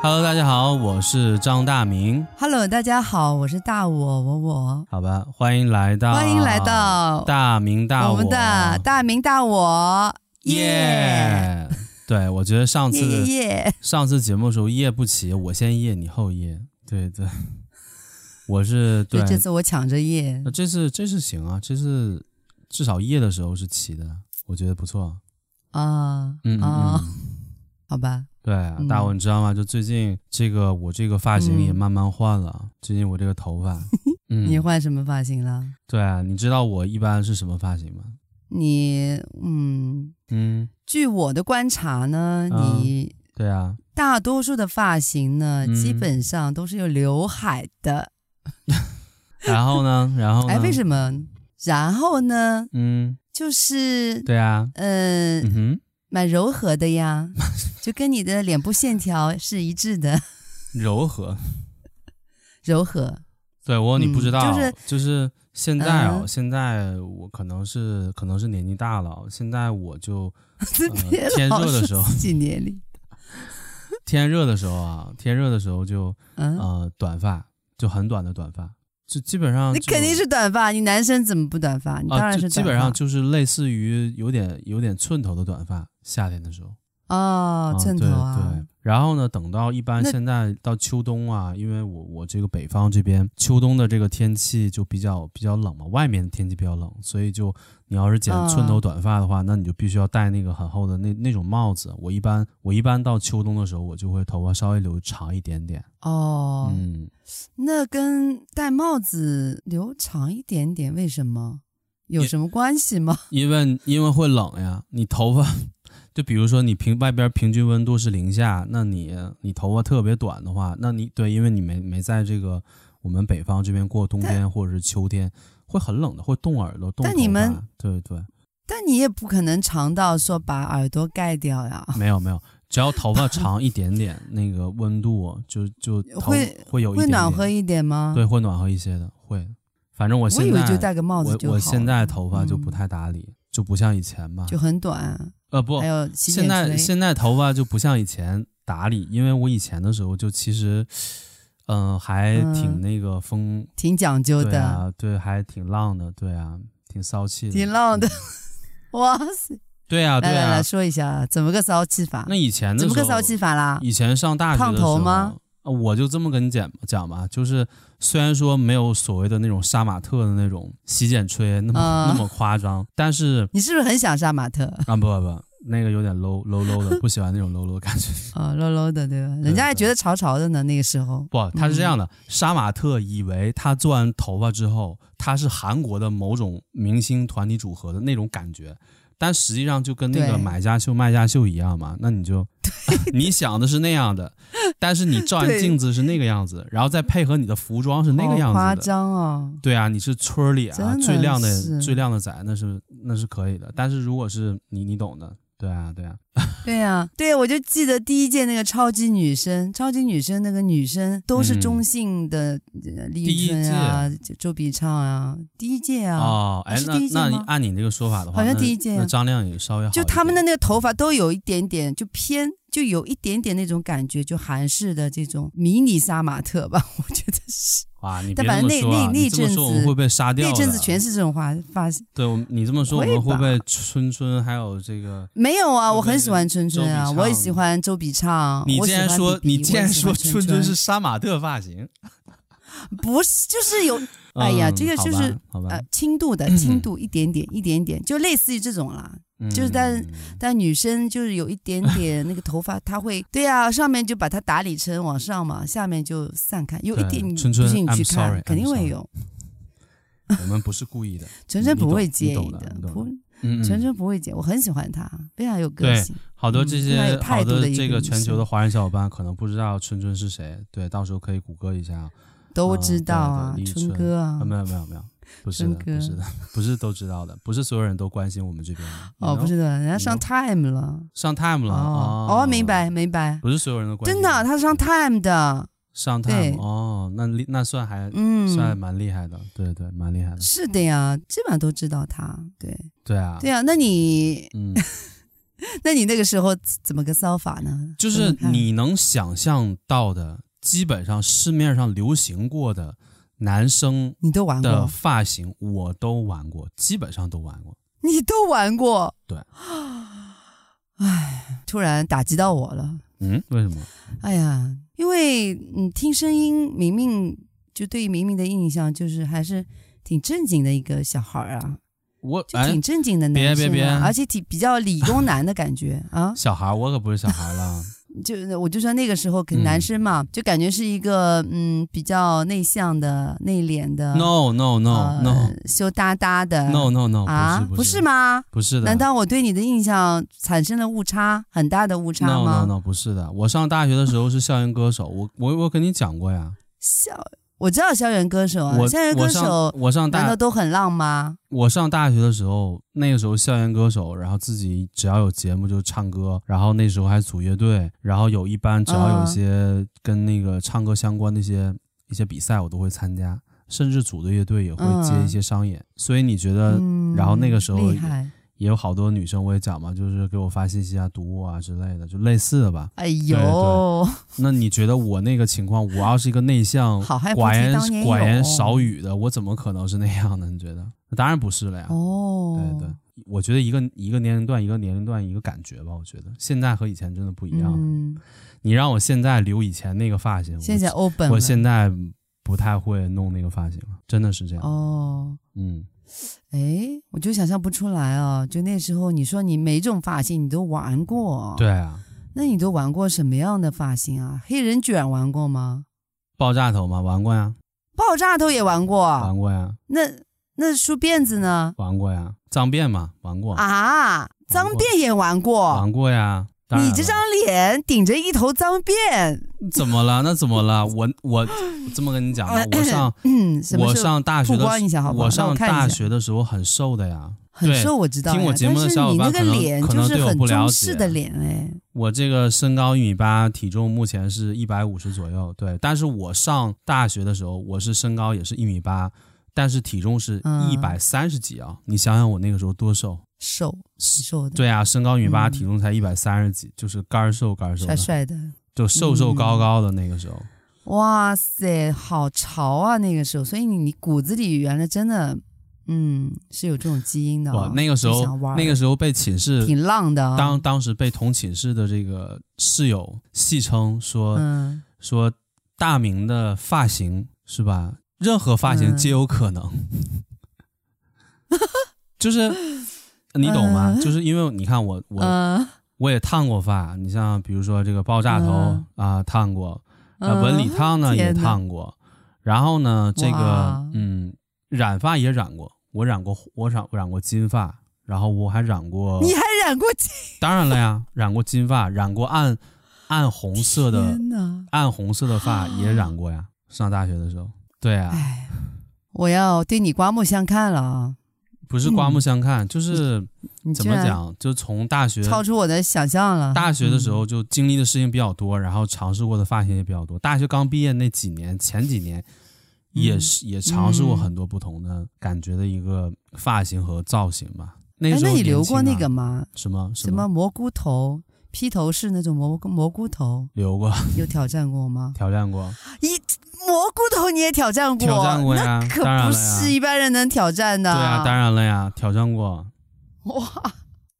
Hello，大家好，我是张大明。 Hello，大家好，我是大我我我，好吧，欢迎来到，欢迎来到大明大我我们的大明大我，耶耶。对，我觉得上耶耶次耶！上次节目的时候夜不起，我先夜你后夜，对对，我是对对，，这次我抢着耶那，这次这次行啊，这次至少夜的时候是起的，我觉得不哦错。啊嗯嗯啊，嗯好吧，对，啊大伙你知道吗？就最近这个我这个发型也嗯慢慢换了，最近我这个头 发，嗯，你换什么发型了？对啊，你知道我一般是什么发型吗？你嗯，嗯，据我的观察呢，嗯你对啊，大多数的发型呢，嗯基本上都是有刘海的。然后呢，然后呢？哎，为什么？然后呢，嗯，就是对啊，嗯。嗯哼，蛮柔和的 呀，就跟你的脸部线条是一致的， 柔和。柔和。对我你不知嗯道，就是就是现在哦，嗯现在我可能是可能是年纪大了，现在我 就呃别 老嗯天热的说时候自己年龄，天热的时候啊，天热的时候就嗯，呃短发，就很短的短发，就基本上你就肯定是短发，你男生怎么不短发？你当啊，然就是基短发。本上就是类似于有点有点寸头的短发，夏天的时候。哦，寸头对啊对，，然后呢，等到一般那现在到秋冬啊，因为我我这个北方这边秋冬的这个天气就比较比较冷嘛，外面的天气比较冷，所以就你要是剪啊寸头短发的话，那你就必须要戴那个很厚的那那种帽子。我一般我一般到秋冬的时候，我就会头发稍微留长一点点。哦，嗯，那跟戴帽子留长一点点，为什么？有也什么关系吗？ 因为因为会冷呀，你头发。就比如说你平外边平均温度是零下，那你你头发特别短的话，那你对，因为你没没在这个我们北方这边过冬天或者是秋天，会很冷的，会冻耳朵、冻头但发。你们对对，但你也不可能长到说把耳朵盖掉呀。没有没有，只要头发长一点点，那个温度就就头会会有一会点点暖和一点吗？对，会暖和一些的，会。反正我我现以在为就戴个帽子就我好我了。现在头发就不嗯太打理，就不像以前嘛。就哎很短，呃不还，有洗现剪在吹现在头发就不像以前打理，因为我以前的时候就其实，嗯、还挺嗯那个风，挺讲究对的，啊，对，还挺浪的，对啊，挺骚气的，挺浪的嗯，哇塞！对啊，对来来啊来。说一下，怎么个骚气法？那以前的怎时候，么个骚气法啦？以前上大学的烫时头候吗啊我就这么跟你讲讲吧，就是虽然说没有所谓的那种杀马特的那种洗剪吹那么、啊那么夸张，但是你是不是很想杀马特？ 啊不不不，那个有点 low low low 的，不喜欢那种 low low 的感觉。哦，low low 的，对吧？人家还觉得潮潮的呢，那个时候。不，他是这样的，嗯杀马特以为他做完头发之后，他是韩国的某种明星团体组合的那种感觉，但实际上就跟那个对买家秀、卖家秀一样嘛。那你 就你想的是那样的，但是你照完对镜子是那个样子，然后再配合你的服装是那个好夸样子的。张哦！对啊，你是村里啊真的最靓的是最靓的仔，那是那是可以的。但是如果是你，你懂的。对啊，对啊，对呀、对，我就记得第一届那个超级女声，超级女声那个女生都是嗯中性的，呃李第一宇春啊、周周笔畅啊，第一届啊，哦，哎，是那第一届那你吗按你这个说法的话，好像那第一届那啊张亮也稍微好一就点，他们的那个头发都有一点点，就偏，就有一点点那种感觉，就韩式的这种迷你杀马特吧，我觉得是。哇，你别但这反么正那说啊！那你那这么阵说我们子会被杀掉那的。阵子全是这种发发型，对，我们你这么说我会们会被吧春春还有这个。没有啊，周我很喜欢春春啊，周笔畅我也喜欢周笔畅。你啊我竟喜然欢说比你比竟然我喜说欢春春春是杀马特发型？不是就 是有哎呀嗯这个好就是吧好吧呃，轻 度的轻度一点点一点点，就类似于这种啦。就是但嗯但女生就是有一点点那个头发，她会对啊，上面就把它打理成往上嘛，下面就散开，有一对点你春不春信你 I'm 去 sorry，看，肯定 I'm 会 sorry 有。我们不是故 意的，纯纯你不懂会你介懂意的的你，懂不，嗯纯嗯，纯不会介意，我很喜欢他，非常有个对性。好多嗯这非常有些好态度多的一这个个女全球生的华人小伙伴可能不知道春春是谁，对，到时候可以谷歌一下啊。都嗯知对道啊对李，宇春春哥啊啊，，没有没有没有，不是春的，不哥是的，不是都知道的，不是所有人都关心我们这边的。哦，不是。是的，人家 you 上 Time 了，上 time 了哦，哦，明，白明白，不是嗯所有人都关真心的，啊他上 Time 的，上对 time 哦，那厉那算还、算嗯，蛮厉害的，对对，蛮厉害的，是的呀，基本上都知道他，对对啊， 对啊，那你嗯，那你那个时候怎么个骚法呢？就是怎么看你能想象到的，基本上市面上流行过的男生你都玩的过，发型，我都玩过，基本上都玩过。 你都玩过，对，唉，突然打击到我了。嗯，为什么？哎呀，因为你听声音，明明就对明明的印象就是还是挺正经的一个小孩儿啊，我就哎挺，正经的男生、啊别别别而且挺比较理工男的感觉啊。小孩儿，我可不是小孩儿 了。就我就说那个时候，可能嗯男生嘛，就感觉是一个嗯比较内向的、内敛的 no no no 嗯呃 no 羞答答的 no no no，啊，不是不是？吗？不是的，难道我对你的印象产生了误差，很大的误差吗 No no no，不是的，我上大学的时候是校园歌手，我我我跟你讲过呀，校我知道校园歌手啊，我校园歌我手上我上难道大都很浪吗？我上大学的时候，那个时候校园歌手，然后自己只要有节目就唱歌，然后那时候还组乐队，然后有一班只嗯要有一些跟那个唱歌相关的一些一些比赛，我都会参加，甚至组的乐队也会接一些商演，所以你觉得嗯，呃然后那个时候厉害，也有好多女生我也讲嘛，就是给我发信息啊、读我啊之类的，就类似的吧。哎呦，对那你觉得我那个情况，我要是一个内向、好汉不寡提言当年勇寡言少语的，我怎么可能是那样呢？你觉得？当然不是了呀。哦，对对，我觉得一个一个年龄段一个年龄段一个感觉吧，我觉得现在和以前真的不一样了。嗯，你让我现在留以前那个发型，我现在 open 我了现在不太会弄那个发型了，真的是这样。哦。嗯，哎，我就想象不出来啊！就那时候，你说你每种发型你都玩过，，对啊，那你都玩过什么样的发型啊？黑人卷玩过吗？爆炸头嘛，玩过呀，爆炸头也玩过，玩过呀，那那梳辫子呢？玩过呀，脏辫嘛，玩过，啊，脏过辫也玩过，玩过呀。当然你这了张脸顶着一头脏辫，怎么了？那怎么了？我我 这么跟你讲吧，我上嗯， 什么我时候上大学曝的光一下好不我好让上我看一下大学的时候很瘦的呀，很对瘦，我知道呀，听我节目的但是小伙你那伴个可能脸可就能是对我很不了中解啊式的脸哎，我这个身高一米八，体重目前是一百五十左右，对。但是我上大学的时候，我是身高也是一米八，但是体重是嗯一百三十几啊！你想想我那个时候多瘦，瘦瘦的，对啊，身高一米八，嗯体重才一百三十几，就是干儿瘦干儿瘦帅的，帅的，就瘦瘦高嗯高的那个时候。哇塞，好潮啊！那个时候，所以你你骨子里原来真的，嗯，是有这种基因的、哇哦，。那个时就候想玩儿那个时候被寝室挺浪的、啊，当当时被同寝室的这个室友戏称说、嗯，说大明的发型是吧？任何发嗯型皆有可能， 就是你懂吗？嗯就是因为你看我我、嗯我也烫过发，你像比如说这个爆炸头啊嗯、烫过，呃纹理烫呢天也哪烫过，然后呢这个哇嗯染发也染过，我染过我染染过金发，然后我还染过你还染过金？当然了呀，染过金发，染过暗暗红色的天哪！暗红色的发也染过呀。上大学的时候，啊对啊呀，哎，我要对你刮目相看了啊！不是刮目相看，就是嗯你怎居么然讲，就从大学超出我的想象了。大学的时嗯，候就经历的事情比较多，然后尝试过的发型也比较多。大学刚毕业那几年，前几年嗯也是也尝试过很多不同的感觉的一个发型和造型吧。那哎，时那候你留年轻过那啊个吗？什么什么蘑菇头、披头士那种蘑菇蘑菇头，留过 有挑战过吗？挑战啊过一蘑菇头你也挑战过？挑战过那呀，可当然不了呀是一般人能挑战的。对啊，当然了呀，挑战过。哇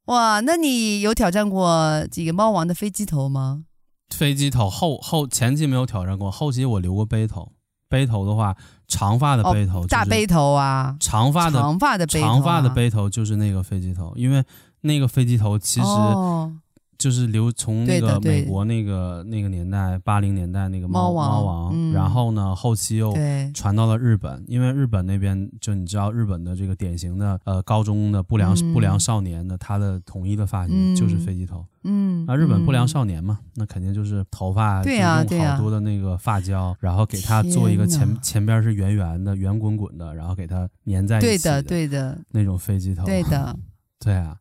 哇，那你有挑战过这个猫王的飞机头吗？飞机头后后前期没有挑战过，后期我留过背头。背头的话，长发的哦背头、大背，头啊，长发的长发的背头、啊，长发的背头就是那个飞机头，因为那个飞机头其实哦就是留从那对的个美对国那个那个年代八零年代那个猫猫王猫王，嗯然后呢后期又对，传到了日本，因为日本那边就你知道日本的这个典型的呃高中的不良、嗯不良少年的他的统一的发型嗯就是飞机头，嗯，啊，日本不良嗯少年嘛，那肯定就是头发对呀就对用呀好多的那个发胶，然后给它做一个天前哪前边是圆圆的、圆滚滚的，然后给它粘在一对起哦的，对的，那种飞机头，对的。对啊，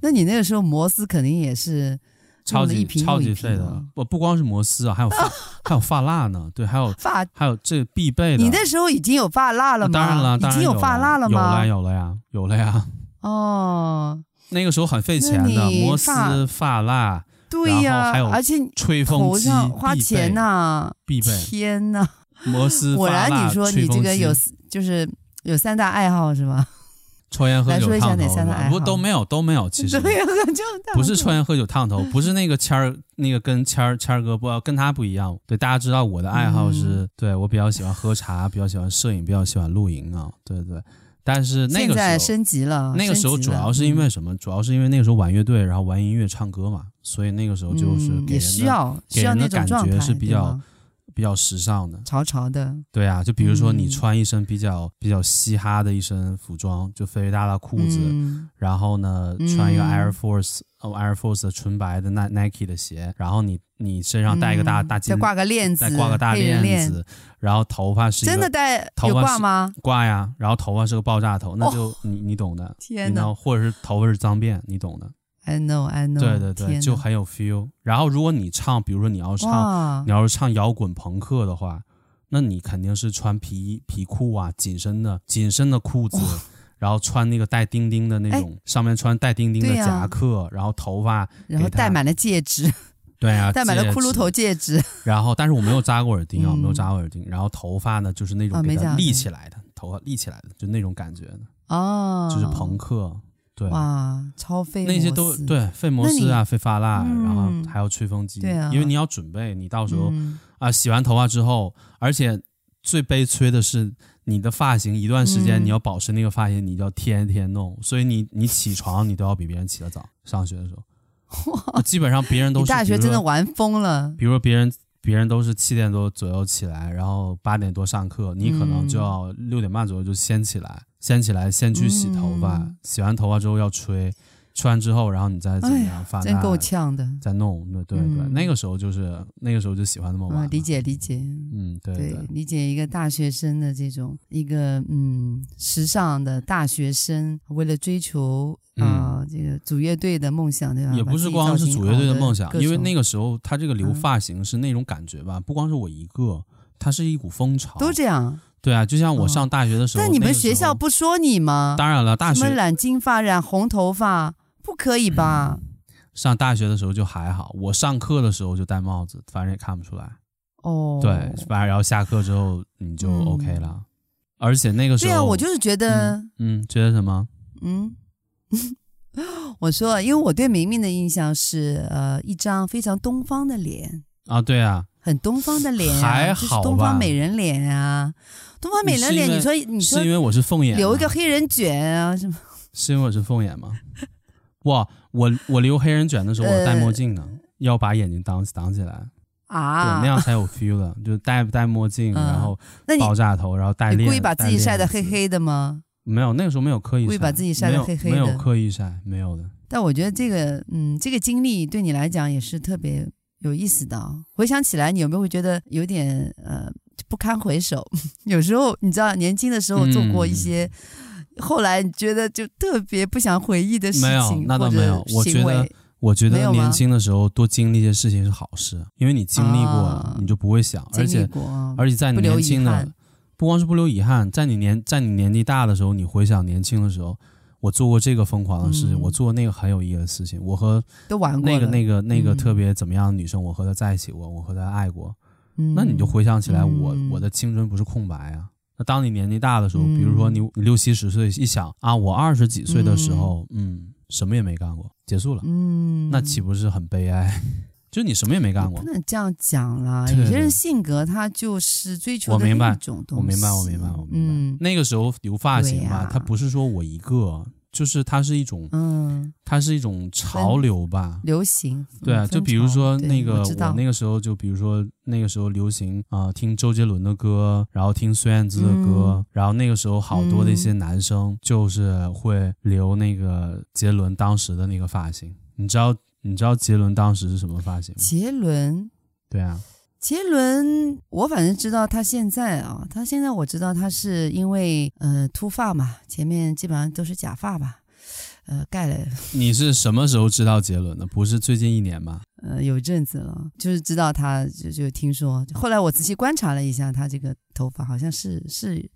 那你那个时候摩丝肯定也是超弄得级一瓶超又一级瓶费的啊，不不光是摩丝啊，还有 发还有发蜡呢，对，还有发，还有这必备的。你那时候已经有发蜡了吗？当然了，已当然经有发蜡了有吗？了有了呀，有了呀，哦，那个时候很费钱那的，你摩发丝发蜡、对呀、还有而且吹风头机上花必备钱呐、必备天呐，摩丝果发然蜡、你说吹你这风个机有就是有三大爱好是吧？抽烟喝来酒说一下烫哪头三是大吧爱不好都没有都没有， 其实 对呀，啊就不是抽烟喝酒烫 头，不是那个谦儿，那个跟谦儿谦儿哥不跟他不一样。对，大家知道我的爱好嗯是，对我比较喜欢喝茶，比较喜欢摄影，比较喜欢露营啊，对对。但是那现个在时候，升级了，那个时候升级主了嗯要是因为什么？主要是因为那个时候玩乐队，然后玩音乐、唱歌嘛，所以那个时候就是嗯给也人需的要给需要人的那种感状觉态是比较对吗比较时尚的。潮潮的对啊，就比如说你嗯穿一身比较比较嘻哈的一身服装，就肥肥大大裤子，嗯然后呢，穿一个嗯 Air Force 哦 Air Force 的纯白的 Ni- Nike 的鞋，然后你你身上戴一个大、嗯大再金，挂个链子，再挂个大黑人链子，然后头发是一个真的戴头有发挂是吗？挂呀，然后头发是个爆炸头，那就、你你懂的，天然哪后或者是头发是脏辫，你懂的， ！I know, I know。对对对，天就哪很有 feel。然后如果你唱，比如说你要唱哇你，要是唱摇滚朋克的话，那你肯定是穿皮皮裤啊，紧身的紧身的裤子，然后穿那个带钉钉的那种，上面穿带钉钉的哎对呀夹克，然后头发然后给他戴满了戒指，对啊，戴满了戒骷髅指头戒指，然后，但是我没有扎过耳钉啊，我没有嗯扎过耳钉。然后头发呢，就是那种啊给没扎它耳立钉起来的，头发立起来的，就那种感觉的，哦，就是朋克。对，哇，超费那些摩都斯对，费摩那斯啊，费发蜡，嗯然后还有吹风机，对啊因为你要准备，你到时候嗯啊，洗完头发之后，而且最悲催的是，你的发型一段时间嗯你要保持那个发型，你就要天天弄，所以你你起床你都要比别人起得早。上学的时候， 基本上别人都你是大学比如真说的玩疯了，比如说别人别人都是七点多左右起来，然后八点多上课，你可能就嗯要六点半左右就先起来，先起来先去洗头发，嗯洗完头发之后要吹，吹完之后然后你再怎哎么样发真蜡够呛的。再弄，对对对，嗯那个时候就是那个时候就喜欢那么玩、啊，理，解理解，嗯，对对，理解一个大学生的这种一个嗯时尚的大学生，为了追求啊、呃这个组乐队的梦想，对吧？嗯也不是光是组乐队的梦想，因为那个个时候他这个留嗯发型是那种感觉吧，不光是我一个，它是一股风潮。都这样。对啊，就像我嗯上大学的时候，但你那们个时学校候不说你吗？当然了，大什么学染金发、染红头发，不可以吧？上大学的时候就还好，我上课的时候就戴帽子，反正也看不出来。哦，对，反正然后下课之后你就嗯 OK 了。而且那个时对候，啊，我就是觉得，嗯，觉得什么？嗯， 我说，因为我对明明的印象是，呃，一张非常东方的脸，啊，对啊，很东方的脸、啊，还就是好东吧方美人脸啊，东方美人脸，你你是说你说是因为我是凤眼吗，留一个黑人卷啊什么？是因为我是凤眼吗？ 哇，我我留黑人卷的时呃候，我戴墨镜呢，要把眼睛挡挡起来，对，啊，那样才有 feel 的。 就戴不戴墨镜，嗯然后那你爆炸头，然后戴你链，故意把自己晒得的黑。黑的吗？没有，那个时候没有刻意晒，故意把自己晒得没有黑黑没有的刻意晒，没有的。但我觉得这个，嗯，这个经历对你来讲也是特别有意思的啊、回想起来，你有没有会觉得有点呃不堪回首？ 有时候你知道，年轻的时候做嗯过一些，后来你觉得就特别不想回忆的事没有情那倒或者没有我觉行为得我觉没得有吗年轻的时候多经历一些事情是好事，因为你经历过啊，你就不会想，而经历且过啊，而且在你不留年遗轻的憾，，不光是不留遗憾，在你年在你年纪大的时候，你回想年轻的时候，我做过这个疯狂的事情，嗯我做过那个很有意义的事情，我和都玩过那个了那个那个嗯特别怎么样的女生，我和她在一起过，我和她爱过，嗯那你就回想起来，我嗯我的青春不是空白啊。那当你年纪大的时候，嗯比如说你你六七十岁，一想啊，我二十几岁的时候，嗯，什么也没干过，结束了。嗯，那岂不是很悲哀？ 就你什么也没干过不。能这样讲啦，对有些对人性格他就是追求我的明白另一种东我西。明白，我明白，我明白。嗯那个时候留发型吧，对呀它不是说我一个，就是它是一种，嗯，它是一种潮流吧。流行。对啊，嗯就风比如潮说对那个，我我知道那个时候就比如说那个时候流行啊、呃听周杰伦的歌，然后听孙燕姿的歌，嗯然后那个时候好多的一些男生就是会留那个杰伦当时的那个发型，你知道你知道杰伦当时是什么发型吗？杰伦，对啊，杰伦，我反正知道他现在啊，他现在我知道他是因为呃秃发嘛，前面基本上都是假发吧，呃盖了你是什么时候知道杰伦的？不是最近一年吧？呃有一阵子了，就是知道他就就听说，后来我仔细观察了一下他这个头发，好像是是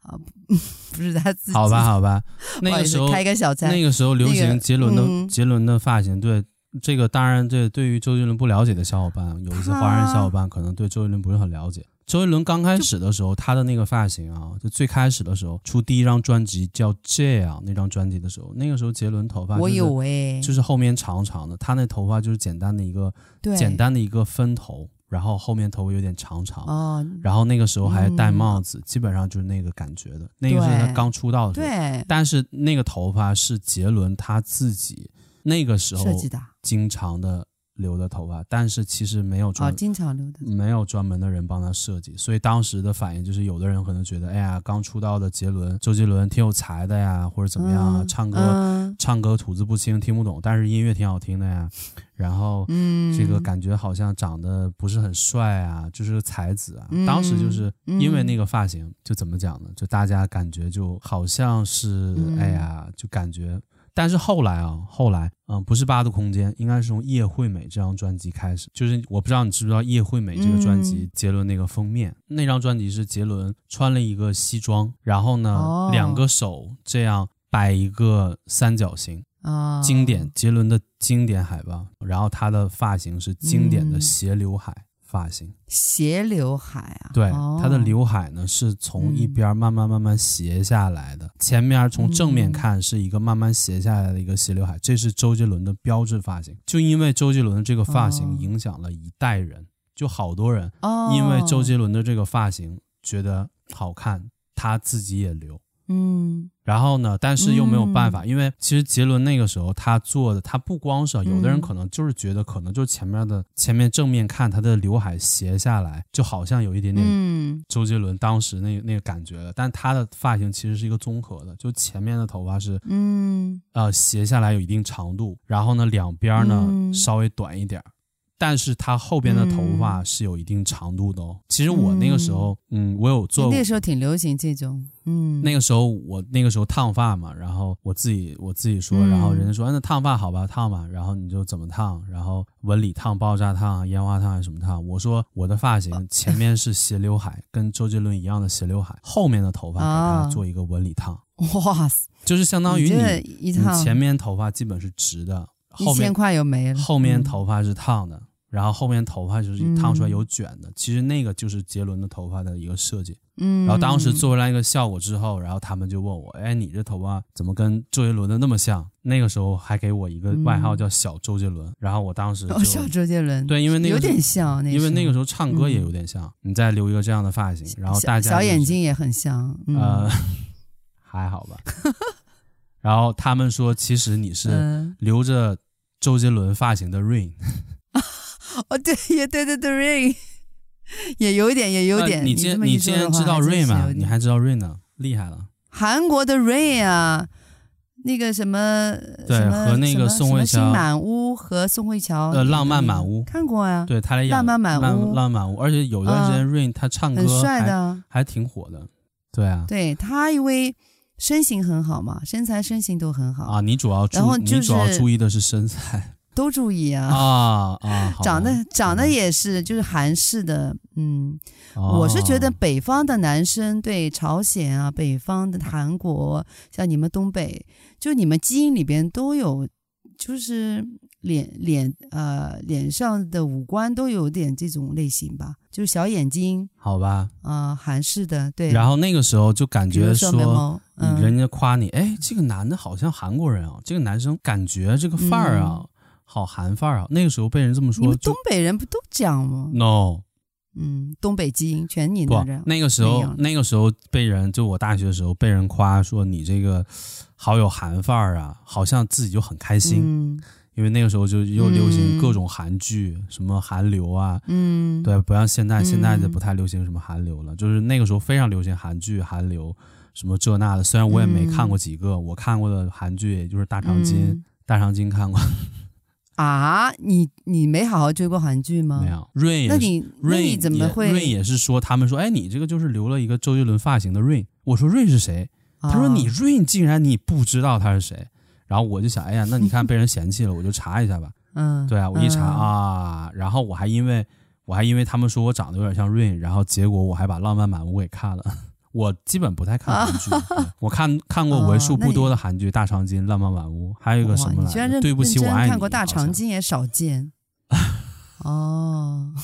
啊， 不是他自己。好吧，好吧，不那好意个思 时候开个小差。那个时候流那个行杰伦的、嗯杰伦的发型，对这个当然这对于周杰伦不了解的小伙伴，有一些华人小伙伴可能对周杰伦不是很了解。周杰伦刚开始的时候，他的那个发型啊，就最开始的时候啊出第一张专辑叫《这样》那张专辑的时候，那个时候杰伦头发、就是、我有哎，就是后面长长的，他那头发就是简单的一个对简单的一个分头，然后后面头发有点长长，哦，然后那个时候还戴嗯帽子，基本上就是那个感觉的。那个是他对刚出道的时候，对，但是那个头发是杰伦他自己那个时候设计的啊经常的留的头发，但是其实没有，专、哦经常留的。没有专门的人帮他设计，所以当时的反应就是有的人可能觉得，哎呀，刚出道的杰伦，周杰伦挺有才的呀，或者怎么样啊，嗯唱歌、嗯唱歌吐字不清，听不懂，但是音乐挺好听的呀，然后。嗯，这个感觉好像长得不是很帅啊，就是个才子啊。嗯当时就是因为嗯那个发型，就怎么讲呢？就大家感觉就好像是，嗯哎呀，就感觉。但是后来啊，后来，嗯，不是八度空间，应该是从《叶惠美》这张专辑开始。就是我不知道你知不知道《叶惠美》这个专辑，嗯杰伦那个封面，那张专辑是杰伦穿了一个西装，然后呢，哦两个手这样摆一个三角形，啊，经典杰伦的经典海报，然后他的发型是经典的嗯斜刘海发型，斜刘海啊，对，哦嗯他的刘海呢是从一边慢慢慢慢斜下来的，前面从正嗯面看是一个慢慢斜下来的一个斜刘海，这是周杰伦的标志发型。就因为周杰伦的这个发型哦影响了一代人，就好多人哦，因为周杰伦的这个发型觉得好看，他自己也留。嗯然后呢，但是又没有办法，因为其实杰伦那个时候他做的，他不光是啊有的人嗯可能就是觉得，可能就是前面的前面正面看他的刘海斜下来，就好像有一点点嗯周杰伦当时那那个感觉了。但他的发型其实是一个综合的，就前面的头发是嗯呃斜下来有一定长度，然后呢两边呢、嗯稍微短一点儿。但是他后边的头嗯发是有一定长度的哦。其实我那个时候，嗯，我有做那个时候挺流行这种，嗯，那个时候我那个时候烫发嘛，然后我自己我自己说，嗯然后人家说、哎那烫发好吧，烫吧，然后你就怎么烫，然后纹理烫、爆炸烫、烟花烫还是什么烫？我说我的发哦型前面是斜刘海，跟周杰伦一样的斜刘海，后面的头发给啊它做一个纹理烫，哇塞，就是相当于你这你你一趟前面头发基本是直的，后一面千块又没了，后面嗯头发是烫的，然后后面头发就是嗯烫出来有卷的，其实那个就是杰伦的头发的一个设计。嗯，然后当时做出来一个效果之后，然后他们就问我：“哎，你这头发怎么跟周杰伦的那么像？”那个时候还给我一个外号叫“小周杰伦”，然后我当时就、嗯哦，小周杰伦，对，因为那个有时候点像，那因为那个时时候唱歌也有点像，你再留一个这样的发型，然后小大家小就是眼睛也很像，嗯呃还好吧。 然后他们说：“其实你是嗯留着周杰伦发型的 Rain，哦，对，也对对对，Rain 也有一点，也有一点，呃你这今么你一今说天的知话道还真 Rain 是吗？有你点还知道 Rain 呢？厉害了！韩国的 Rain 啊，那个什么，对呃什么和那个什么宋什么慧新乔满屋和宋慧乔，呃浪漫满屋看过呀、对他来演浪漫满浪屋嗯浪漫舞，而且有段时间 Rain 他唱歌很帅还的啊。还挺火的，对啊，对他，因为身形很好嘛，身材身形都很好，啊，你主要注然后就你主要是注意的是身 材都注意啊。啊啊，好吧长得长好得吧也是，就是韩式的，嗯，哦我是觉得北方的男生对朝鲜啊，北方的韩国，像你们东北，就你们基因里边都有，就是脸脸呃脸上的五官都有点这种类型吧，就是小眼睛好吧，啊、呃韩式的对。然后后那个时候就感比如觉说眉毛，嗯，人家夸你，哎，这个男的好像韩国人啊，这个男生感觉这个范儿啊，好韩范儿啊，那个时候被人这么嗯你说们东就北人不都这样吗？ no。嗯，东北基因全你不那着，，那个时候没有那个时候被人就我大学的时候被人夸说你这个好有韩范儿啊，好像自己就很开心，嗯因为那个时候就又流行嗯各种韩剧，什么韩流啊，嗯，对，不像现在，嗯现在就不太流行什么韩流了，就是那个时候非常流行韩剧、韩流什么这那的。虽然我也没看过几个，我看过的韩剧也就是《大长今》，嗯大长今》看过啊，你你没好好追过韩剧吗？没有？瑞嗯那也是你那瑞你怎么也会？瑞也是说，他们说，哎，你这个就是留了一个周杰伦发型的瑞。我说瑞是谁？他说啊你瑞竟然你不知道他是谁？然后我就想，哎呀，那你看被人嫌弃了，我就查一下吧。嗯，对啊，我一查嗯，啊，然后我还因为我还因为他们说我长得有点像 Rain，然后结果我还把《浪漫满屋》给看了，我基本不太看韩剧，啊对我看看过为数不多的韩剧，《大长今》《浪漫满屋》，还有一个什哦哇么你来居然认着？对不起，认我真爱你。看过《大好像长今》也 少见。哦，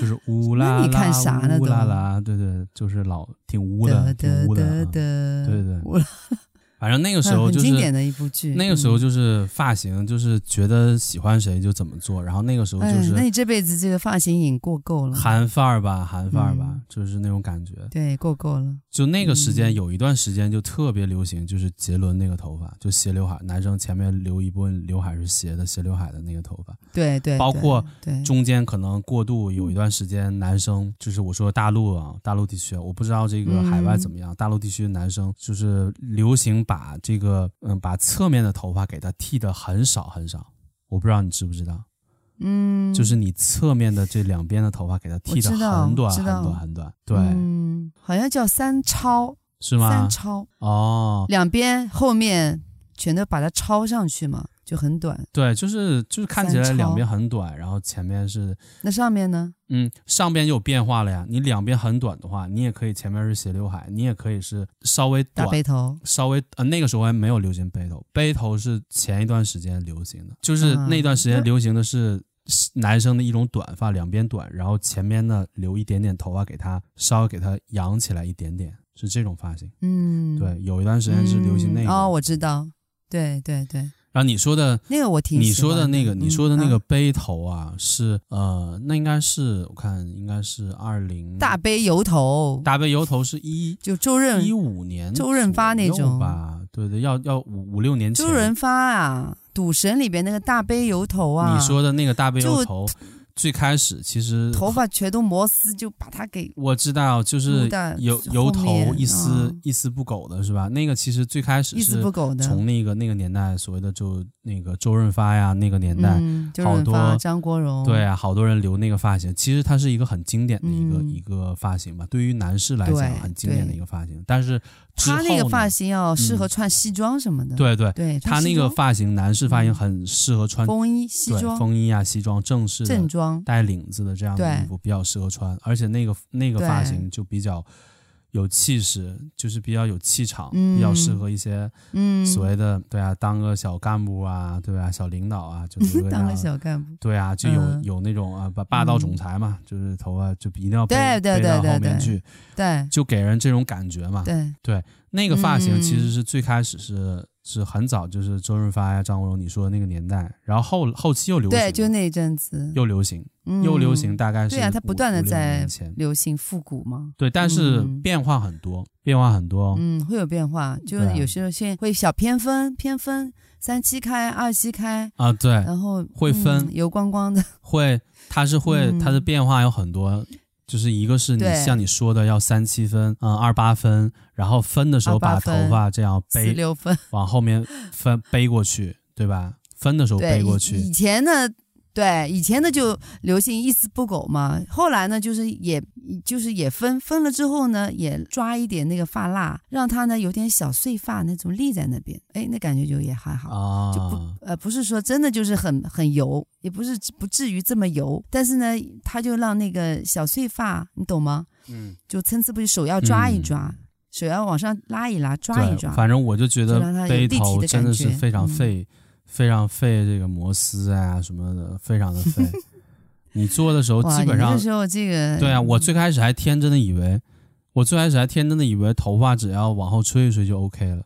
就是乌啦啦， 那你看啥呢乌啦都啦，对对，就是老挺 污得的，挺得污的得啊。得，对 对我反正那个时嗯候很就是经典的一部剧。那个时候嗯就是发型，就是觉得喜欢谁就怎么做，然后那个时候就哎，那是你这辈子这个发型瘾过够了，韩范儿吧，韩范儿吧嗯，就是那种感觉。对，过够了。就那个时间嗯有一段时间就特别流行，就是杰伦那个头发，就斜刘海，男生前面留一部分刘海是斜的，斜刘海的那个头发，对对，包对括对中间可能过渡有嗯一段时间，男生就是我说大陆啊，大陆地区啊，我不知道这个海嗯外怎么样，大陆地区的男生就是流行把这个嗯把侧面的头发给它剃得很少很少，我不知道你知不知道，嗯，就是你侧面的这两边的头发给它剃得我知道很短知很道短很短，对，嗯，好像叫三超，是吗三？超，哦，两边后面全都把它超上去嘛，就很短。对，就是就是看起三来两超边很短，然后前面是那上面呢？嗯上边有变化了呀。你两边很短的话，你也可以前面是斜刘海，你也可以是稍微大短背头，稍微呃，那个时候还没有流行背头，背头是前一段时间流行的，就是嗯那段时间那流行的是男生的一种短发，两边短，然后前面呢留一点点头发给他，稍微给他扬起来一点点，是这种发型。嗯，对，有一段时间是流行那嗯个。哦，我知道，对对对，然后你说的，那个我挺你喜说的欢那个，你说的嗯那个啊背头啊，是呃，那应该是我看应该是二零大背油头，大背油头是一就周润一五年周润发那左右种吧，对对，要要五五六年前。周润发啊，《赌神》里边那个大背油头啊，你说的那个大背油就头，最开始其实头发全都摩丝，就把它给我知道，就是撸到油后油头面一丝、嗯一丝不苟的是吧？那个其实最开始一丝是不苟的。从那个那个年代所谓的就那个周润发呀那个年代，嗯，周好润发、多张国荣，对啊，好多人留那个发型，其实它是一个很经典的一个、嗯一个发型吧，对于男士来对讲很经典的对一个发型，但是之他那后个呢发型要适合嗯穿西装什么的。对对。对，他穿那西个装发型，男士发型嗯很适合穿风衣、西对装、风衣啊、西装、正式的正装，带领子的这样的对衣服比较适合穿，而且那个那个发对型就比较有气势，就是比较有气场，嗯比较适合一些嗯，所谓的、对啊，当个小干部啊，对啊，小领导啊，就留个 当那个样。小干部。对啊，就有、嗯有那种啊，霸霸道总嗯裁嘛，就是头发就一定要背对对背到对对后面对去，对就给人这种感觉嘛。对，那个发型其嗯实是最开始是是很早，就是周润发呀、张国荣你说的那个年代，然后后后期又流行了，对，就那一阵子又流行，嗯又流行，大概是对啊它不五断地五六在年前流行复古嘛。对，但是嗯变化很多，变化很多。嗯，会有变化，就哦对啊有时候现在会小偏分，偏分三七开、二七开，啊，对，然后会分嗯油光光的，会，它是会，它的嗯变化有很多，就是一个是你对像你说的要三七分，嗯，二八分，然后分的时候28把头分发这样四背六分，往后面分背过去，对吧？分的时候对，背过以以去，前呢，对以前呢就流行一丝不苟嘛，后来呢就是也就是也分分了之后呢，也抓一点那个发蜡，让它呢有点小碎发那种立在那边，哎，那感觉就也还好。啊，就呃，不是说真的就是很很油，也不是不至于这么油，但是呢，它就让那个小碎发，你懂吗？嗯，就参差不齐，手要抓一嗯抓，手要往上拉一拉，抓一对，抓。反正我就觉就得让它有背立体头的真的感是觉非常嗯费，非常费这个摩丝啊什么的，非常的 费。你做的时候哇，基你本那上个时候这个对啊，我最开始还天真的以为，我最开始还天真的以为头发只要往后吹一吹就 OK 了。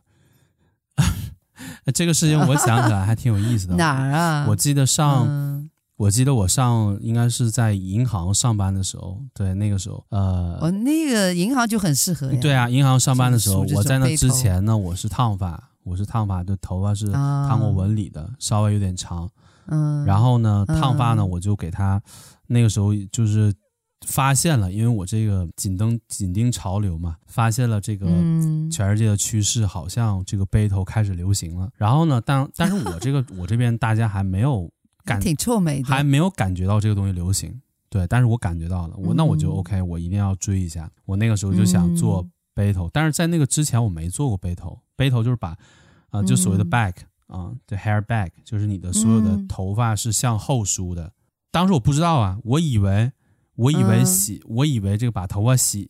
这个事情我想起来还挺有意思的。哪儿啊？我记得上，嗯我记得我上应该是在银行上班的时候，对那个时候，呃哦，，那个银行就很适合呀。对啊，银行上班的时候就是梳，着我在手那背之头前呢，我是烫发，我是烫发，就头发是啊，烫过纹理的，稍微有点长。嗯，然后呢，烫发呢，嗯我就给他，那个时候就是发现了，因为我这个紧盯紧盯潮流嘛，发现了这个嗯，全世界的趋势，好像这个背头开始流行了。然后呢，但但是我 这个我这边大家还没有感挺臭美的，还没有感觉到这个东西流行，对，但是我感觉到了，我那我就嗯 OK，我一定要追一下。我那个时候就想做嗯背头，但是在那个之前我没做过背头，背头就是把，啊、就所谓的嗯 back 啊、就 hair back，就是你的所有的嗯头发是向后梳的。当时我不知道啊，我以为我以为嗯洗，我以为这个把头发洗，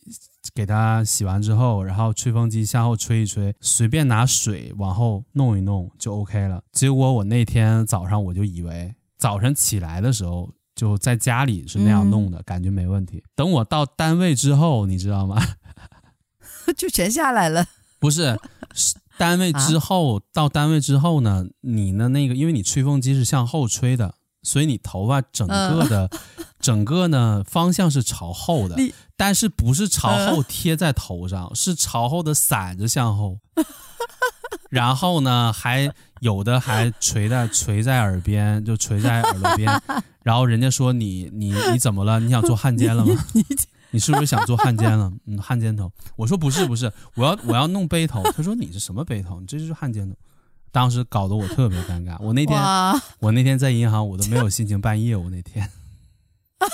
给它洗完之后，然后吹风机向后吹一吹，随便拿水往后弄一弄就 OK 了。结果我那天早上我就以为早晨起来的时候。就在家里是那嗯样弄的，感觉没问题。等我到单位之后，你知道吗？嗯 就全下来了。不是，是单位之后、到单位之后呢，你呢那个，因为你吹风机是向后吹的，所以你头发整个的、 整个呢方向是朝后的你，但是不是朝后贴在头上，是朝后的散着向后。 然后呢，还有的还垂在垂在耳边，就垂在耳朵边。然后人家说你你你怎么了？你想做汉奸了吗？你是不是想做汉奸了？ 嗯，汉奸头。我说不是不是，我要我要弄背头。他说你是什么背头？你这就是汉奸头。当时搞得我特别尴尬。我那天哇，我那天在银行，我都没有心情办业务。那天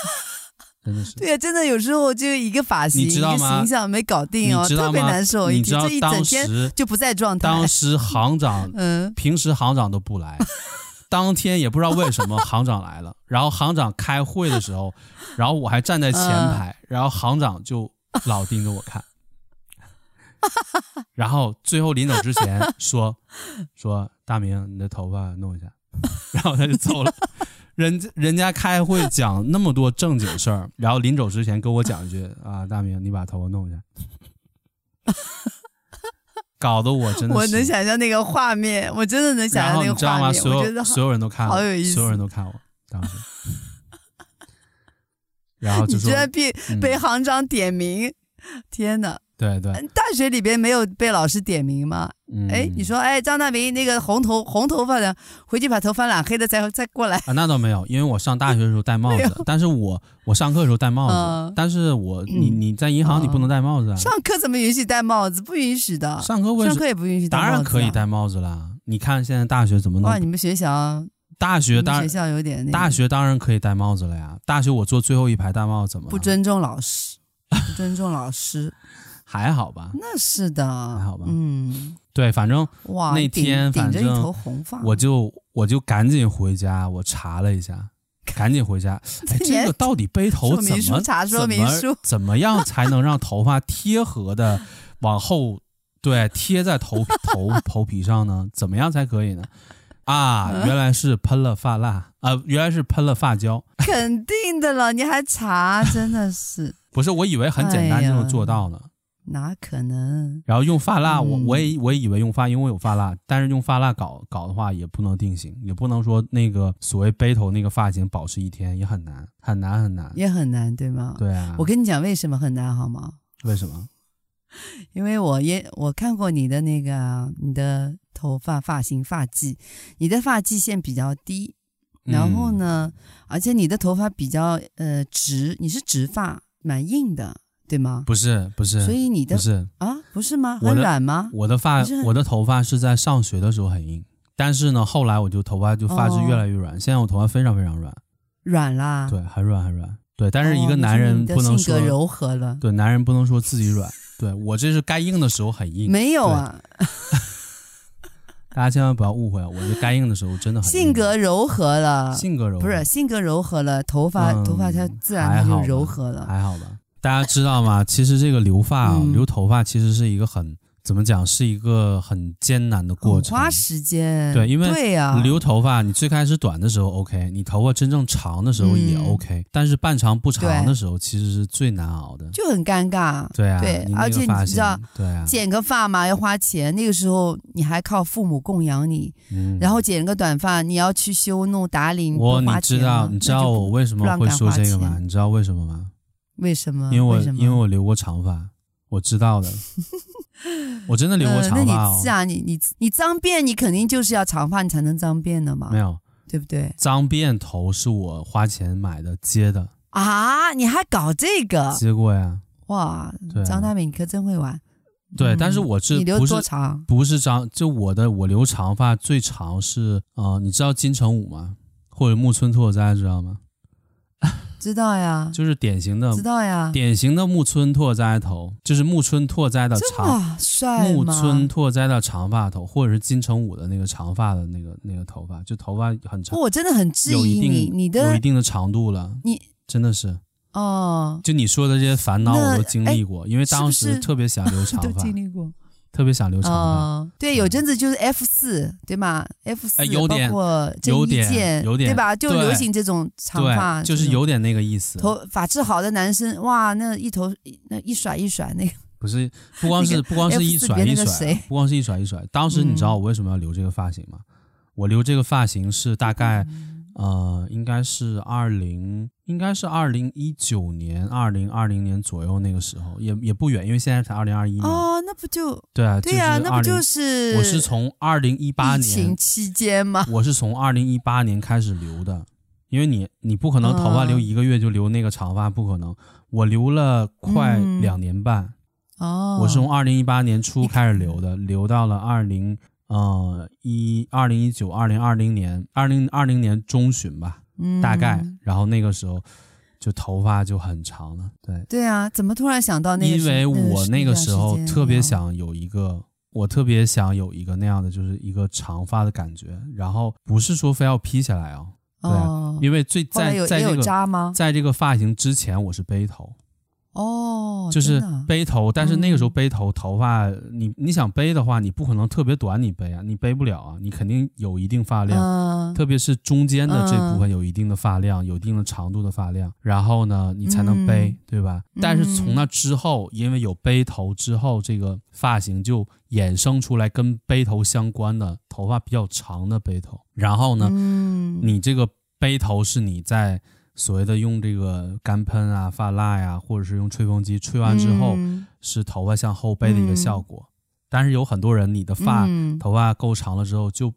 真的是， 对呀，啊真的有时候就一个发型，你知道一个吗形象没搞你定哦，知道特别吗？难受，你一知道这一整当天时就不在状态。当时行长 嗯，平时行长都不来，当天也不知道为什么行长来了。然后行长开会的时候，然后我还站在前排，然后行长就老盯着我看， 然后最后临走之前说说大明，你的头发弄一下， 然后他就走了。 人家人家开会讲那么多正经事儿，然后临走之前跟我讲一句啊，大明，你把头发弄一下，搞得我真的我是能想象那个画面，我真的能想然象后那你个知道画吗？面，所我觉有得所有人都看我，好有意思所有人都看我当 时，然后你就居说然被嗯被行长点名，天哪！对对，大学里边没有被老师点名吗？嗯，哎，你说，哎，张大明那个红头红头发的，回去把头发染黑的再再过来。啊，那倒没有，因为我上大学的时候戴帽没子，但是我我上课的时候戴帽子嗯，但是我你嗯你在银行你不能戴帽子啊，上课怎么允许戴帽子？不允许的，上课为嗯上什课也不允许戴帽当子、啊然可以。戴帽子啦，你看现在大学怎么哇，弄？你们学校，大你学们当学然校有点那个大学当然可以戴帽子了呀，大学我坐最后一排戴帽子怎么了不尊重老师，不尊重老师，还好吧？那是的，还好吧嗯，对，反正哇，那顶天顶着反一正头红发，我就我就赶紧回家，我查了一下，赶紧回 家。哎，这也这个到底背头说怎明么书查说明怎么书怎么样才能让头发贴合的往后对贴在头皮头头皮上呢？怎么样才可以呢？啊，嗯原来是喷了发蜡啊、原来是喷了发胶。肯定的了，你还查，真的是 不是，我以为很简单哎就呀能做到呢。哪可能？然后用发蜡，我嗯我也我也以为用发，因为我有发蜡，但是用发蜡搞搞的话也不能定型，也不能说那个所谓背头那个发型保持一天也很难，很难很难。也很难，对吗？对啊，我跟你讲为什么很难好吗？为什么？因为我也我看过你的那个你的头发发型发际，你的发际线比较低，然后嗯？呢，而且你的头发比较呃直，你是直发，蛮硬的，对吗？不是不是，所以你不的是啊不是吗？我很的软吗？我的发不是很我的头发是在上学的时候很硬，但是呢后来我就头发就发质哦越来越软，现在我头发非常非常软，软啦。对，很软很软。对，但是哦一个那男说明人你的不能性说格柔和了，对男人不能说自己软，对我这是该硬的时候很硬，没有啊，大家千万不要误会啊！我这该硬的时候真的很硬性格柔和了，性格柔不是性格柔和了，头发、嗯头发它自然还它好就吧柔和了。还好吧？大家知道吗？其实这个留发、啊嗯留头发其实是一个很怎么讲，是一个很艰难的过很程。花啊时间，对因为对呀、你留头发，你最开始短的时候 OK，你头发真正长的时候也嗯 OK，、但是半长不长对的时候其实是最难熬的。就很尴尬。对啊，对你那而个且你发知型道，对啊，剪个发嘛要花钱，那个时候你还靠父母供养你，嗯然后剪个短发你要去修弄打理，你我多你花知钱道啊你知那道就我为什不么让会干说花这个吗？钱你知道为什么吗？嗯为什么？因为我什么因为我留过长发，我知道 的，我真的留过呃、那长发你哦是。啊，你你你脏辫，你肯定就是要长发，你才能脏辫的嘛没，有对不对？脏辫头是我花钱买的接的，啊，你还搞这个接过呀。哇！对啊张大美，你可真会玩。对，但是嗯我是你留不是多长？不是长，就我的我留长发最长是啊、呃你知道金城武吗？或者木村拓哉知道吗？知道呀，就是嗯典型的啊知道呀，典型的木村拓哉头，就是木村拓哉的这长么帅木吗？村拓哉的长发头，或者是金城武的那个长发的那个那个头发，就头发很长，我真的很质有一疑你，定你有一的定的长度了。你真的是哦，就你说的这些烦恼，那哎我都经历过，因为当是不时是特别想留长 都发，经历过。特别想留长发。哦，对，有阵子就是 F 四，对吗？F 四、哎有包点括郑有伊点健，有点对吧？就对流行这种长发，对，就是这种有点那个意思，头发质好的男生，哇，那一头那一甩一甩，那个不是不光那是个不光是 F4 一甩别一那个甩谁嗯啊，不光是一甩一甩。当时你知道我为什么要留这个发型吗？我留这个发型是大概嗯呃，应该是二零，应该是二零一九年、二零二零年左右那个时候，也也不远，因为现在才二零二一嘛。哦，那不就对啊，对呀、嗯就是那不20就是我是从二零一八疫年情，期间 吗？我是从二零一八年开始留的，因为你你不可能头发留嗯一个月就留那个长发，不可能。我留了快嗯两年半，哦，我是从二零一八年初开始留嗯的，留到了二零呃一二零一九二零二零年二零二零年中旬吧，嗯大概。然后那个时候就头发就很长了，对，对啊，怎么突然想到那个时？因为我那那个段时候间特别哦想有一个，我特别想有一个那样的，就是一个长发的感觉，然后不是说非要披下来哦，对啊哦，因为最后来在有在也这有个扎吗？在这个发型之前我是背头，哦，就是真的啊背头，但是那个时候嗯背头头发，你你想背的话，你不可能特别短，你背啊，你背不了啊，你肯定有一定发量，嗯，特别是中间的这部分嗯有一定的发量，有一定的长度的发量，然后呢，你才能背，嗯对吧？但是从嗯那之后，因为有背头之后，这个发型就衍生出来跟背头相关的头发比较长的背头，然后呢，嗯，你这个背头是你在所谓的用这个干喷啊、发蜡呀、或者是用吹风机吹完之后，嗯是头发向后背的一个效果。但是有很多人，你的发、嗯头发够长了之后就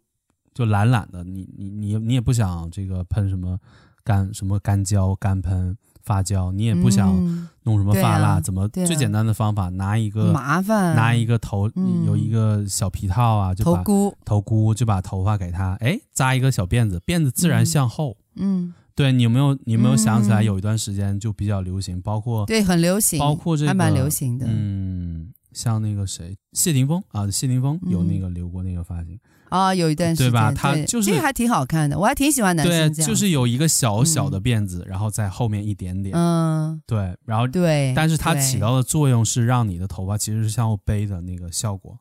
就懒懒的，你你你你也不想这个喷什么干什么干胶、干喷发胶，你也不想嗯弄什么对发啊蜡，怎么对啊最简单的方法拿一个麻烦拿一个头、嗯有一个小皮套啊，就头把箍，头箍就把头发给它，哎，扎一个小辫子，辫子自然嗯向后。嗯，对你有没有你有没有想起来嗯有一段时间就比较流行，包括对，很流行，哦包括这个还蛮流行的，嗯，像那个谁谢霆锋啊，谢霆锋有那个留过那个发型，啊，有一段时间，对吧他就是这个还挺好看的，我还挺喜欢男生这对，样，就是有一个小小的辫子，然后在后面一点点，嗯，对，然后对，但是它对起到的作用是让你的头发其实是向后背的那个效果，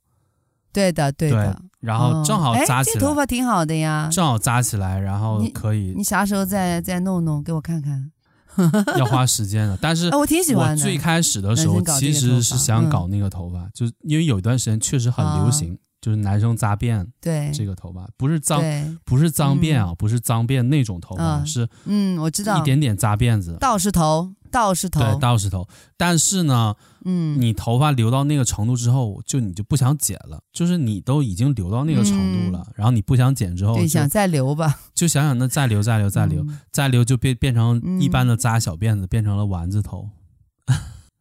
对的对对的，，然后嗯正好哎扎这起个头来，发挺好的呀，正好扎起来，然后可以你啥时候再再弄弄给我看看？要花时间的，但是啊，我挺喜我欢的，最开始的时候男生搞这其个实是头发想嗯搞那个头发，就是因为有一段时间确实很流行，就是男生扎辫对这个头发，不是脏对，不是脏辫啊，不是脏辫那种头发，嗯是嗯，我知道一，点点扎辫子，道士头，道士头，对，道士头。但是呢，嗯，你头发留到那个程度之后，就你就不想剪了，就是你都已经留到那个程度了，然后你不想剪之后，嗯对，就想再留吧，就想想那再留再留再留、嗯再留，就变变成一般的扎小辫子，变成了丸子 头。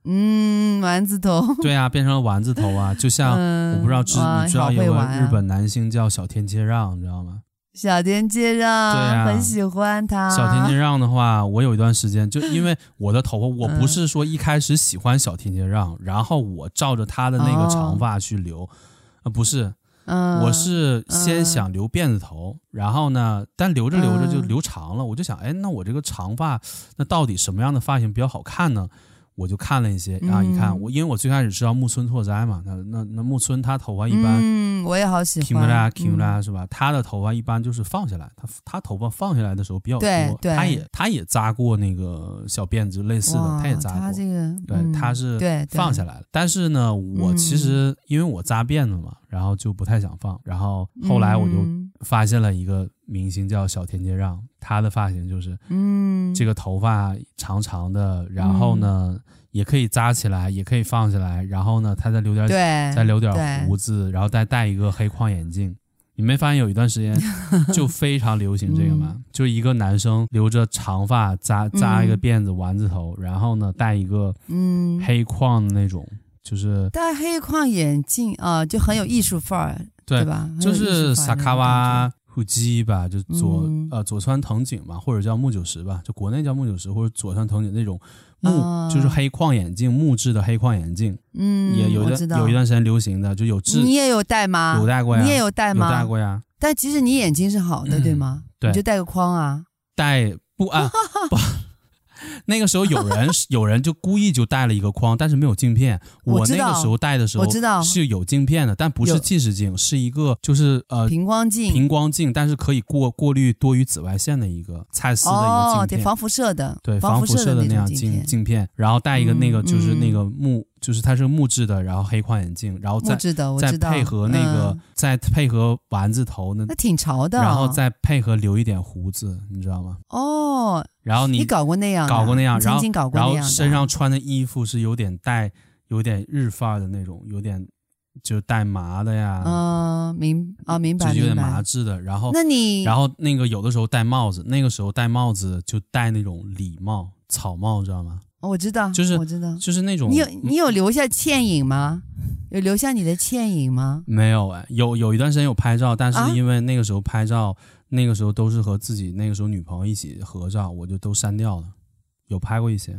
嗯，丸子头，对啊，变成了丸子头啊，就像。嗯，我不知道知哇你知道好有会个玩啊日本男星叫小田切让，你知道吗？小田切让，对啊很喜欢他，小田切让的话，我有一段时 间就因为我的头发，我嗯不是说一开始喜欢小田切让，然后我照着他的那个长发去留，呃，不是，嗯，我是先嗯想留辫子头，然后呢，但留着留着就嗯留长了，我就想，哎，那我这个长发，那到底什么样的发型比较好看呢？我就看了一些啊，嗯一看我，因为我最开始知道木村拓哉嘛，那那那木村他头啊发一般。嗯，我也好喜 k i m u r a 欢 k i m u r 嗯 a 是吧？他的头发一般就是放下来，他他头发放下来的时候比较多对，对他也他也扎过那个小辫子类似的，哇也扎过，他这个，对，嗯他是对放下来，来了。但是呢，我嗯其实因为我扎辫子嘛，然后就不太想放，然后后来我就嗯发现了一个明星叫小田切让，他的发型就是嗯，这个头发长长的，然后呢也可以扎起来，也可以放下来，然后呢他再留点对，再留点对胡子，然后再戴一个黑框眼镜。你没发现有一段时 间就非常流行这个吗？就一个男生留着长发，扎扎一个嗯辫子、丸子头，然后呢戴一个嗯，黑框的那种，就是戴黑框眼镜啊，就很有艺术范儿，对吧？很有就艺术是范萨儿那卡种感瓦觉。户基吧，就佐、嗯呃佐川藤井吧，或者叫木九十吧，就国内叫木九十或者佐川藤井那种木，啊就是黑框眼镜，木质的黑框眼镜，嗯，也有我一知段道有一段时间流行的，就有质你也有戴吗？有戴过呀，你也有戴有吗？戴过呀，但其实你眼睛是好的，对吗？对 你就戴个框啊。戴不啊不，那个时候有 人有人就故意就带了一个框，但是没有镜片。我我知那道个时候戴的时候，我知道是有镜片的，但不有是近视镜，是一个就是呃平光镜，平光镜，但是可以过过滤多余紫外线的一个蔡司的一哦个，镜对，片。防辐射的，对防辐射的那样种镜镜片，镜片，然后戴一个那个嗯就是那嗯个木，就是它是木质的，然后黑框眼镜，然后我再知道，我再知道，配合那个、嗯再配合丸子头呢那，挺潮的哦，然后再配合留一点胡子，你知道吗？哦，然后你搞过那样的，搞过那样，你然啊曾后经搞过然那后样的，身上穿的衣服是有点带有点日范儿的那种，有点就带麻的呀，嗯，明啊，明就白是有明点麻白。质的，然后那你然后那个有的时候戴帽子，那个时候戴帽子就戴那种礼帽、草帽，知道吗？哦我知道，就是我知道，就是那种嗯嗯你有你有留下倩影吗？有留下你的倩影吗？没有哎，有有一段时间有拍照，但是啊因为那个时候拍照，那个时候都是和自己那个时候女朋友一起合照，我就都删掉了。有拍过一些，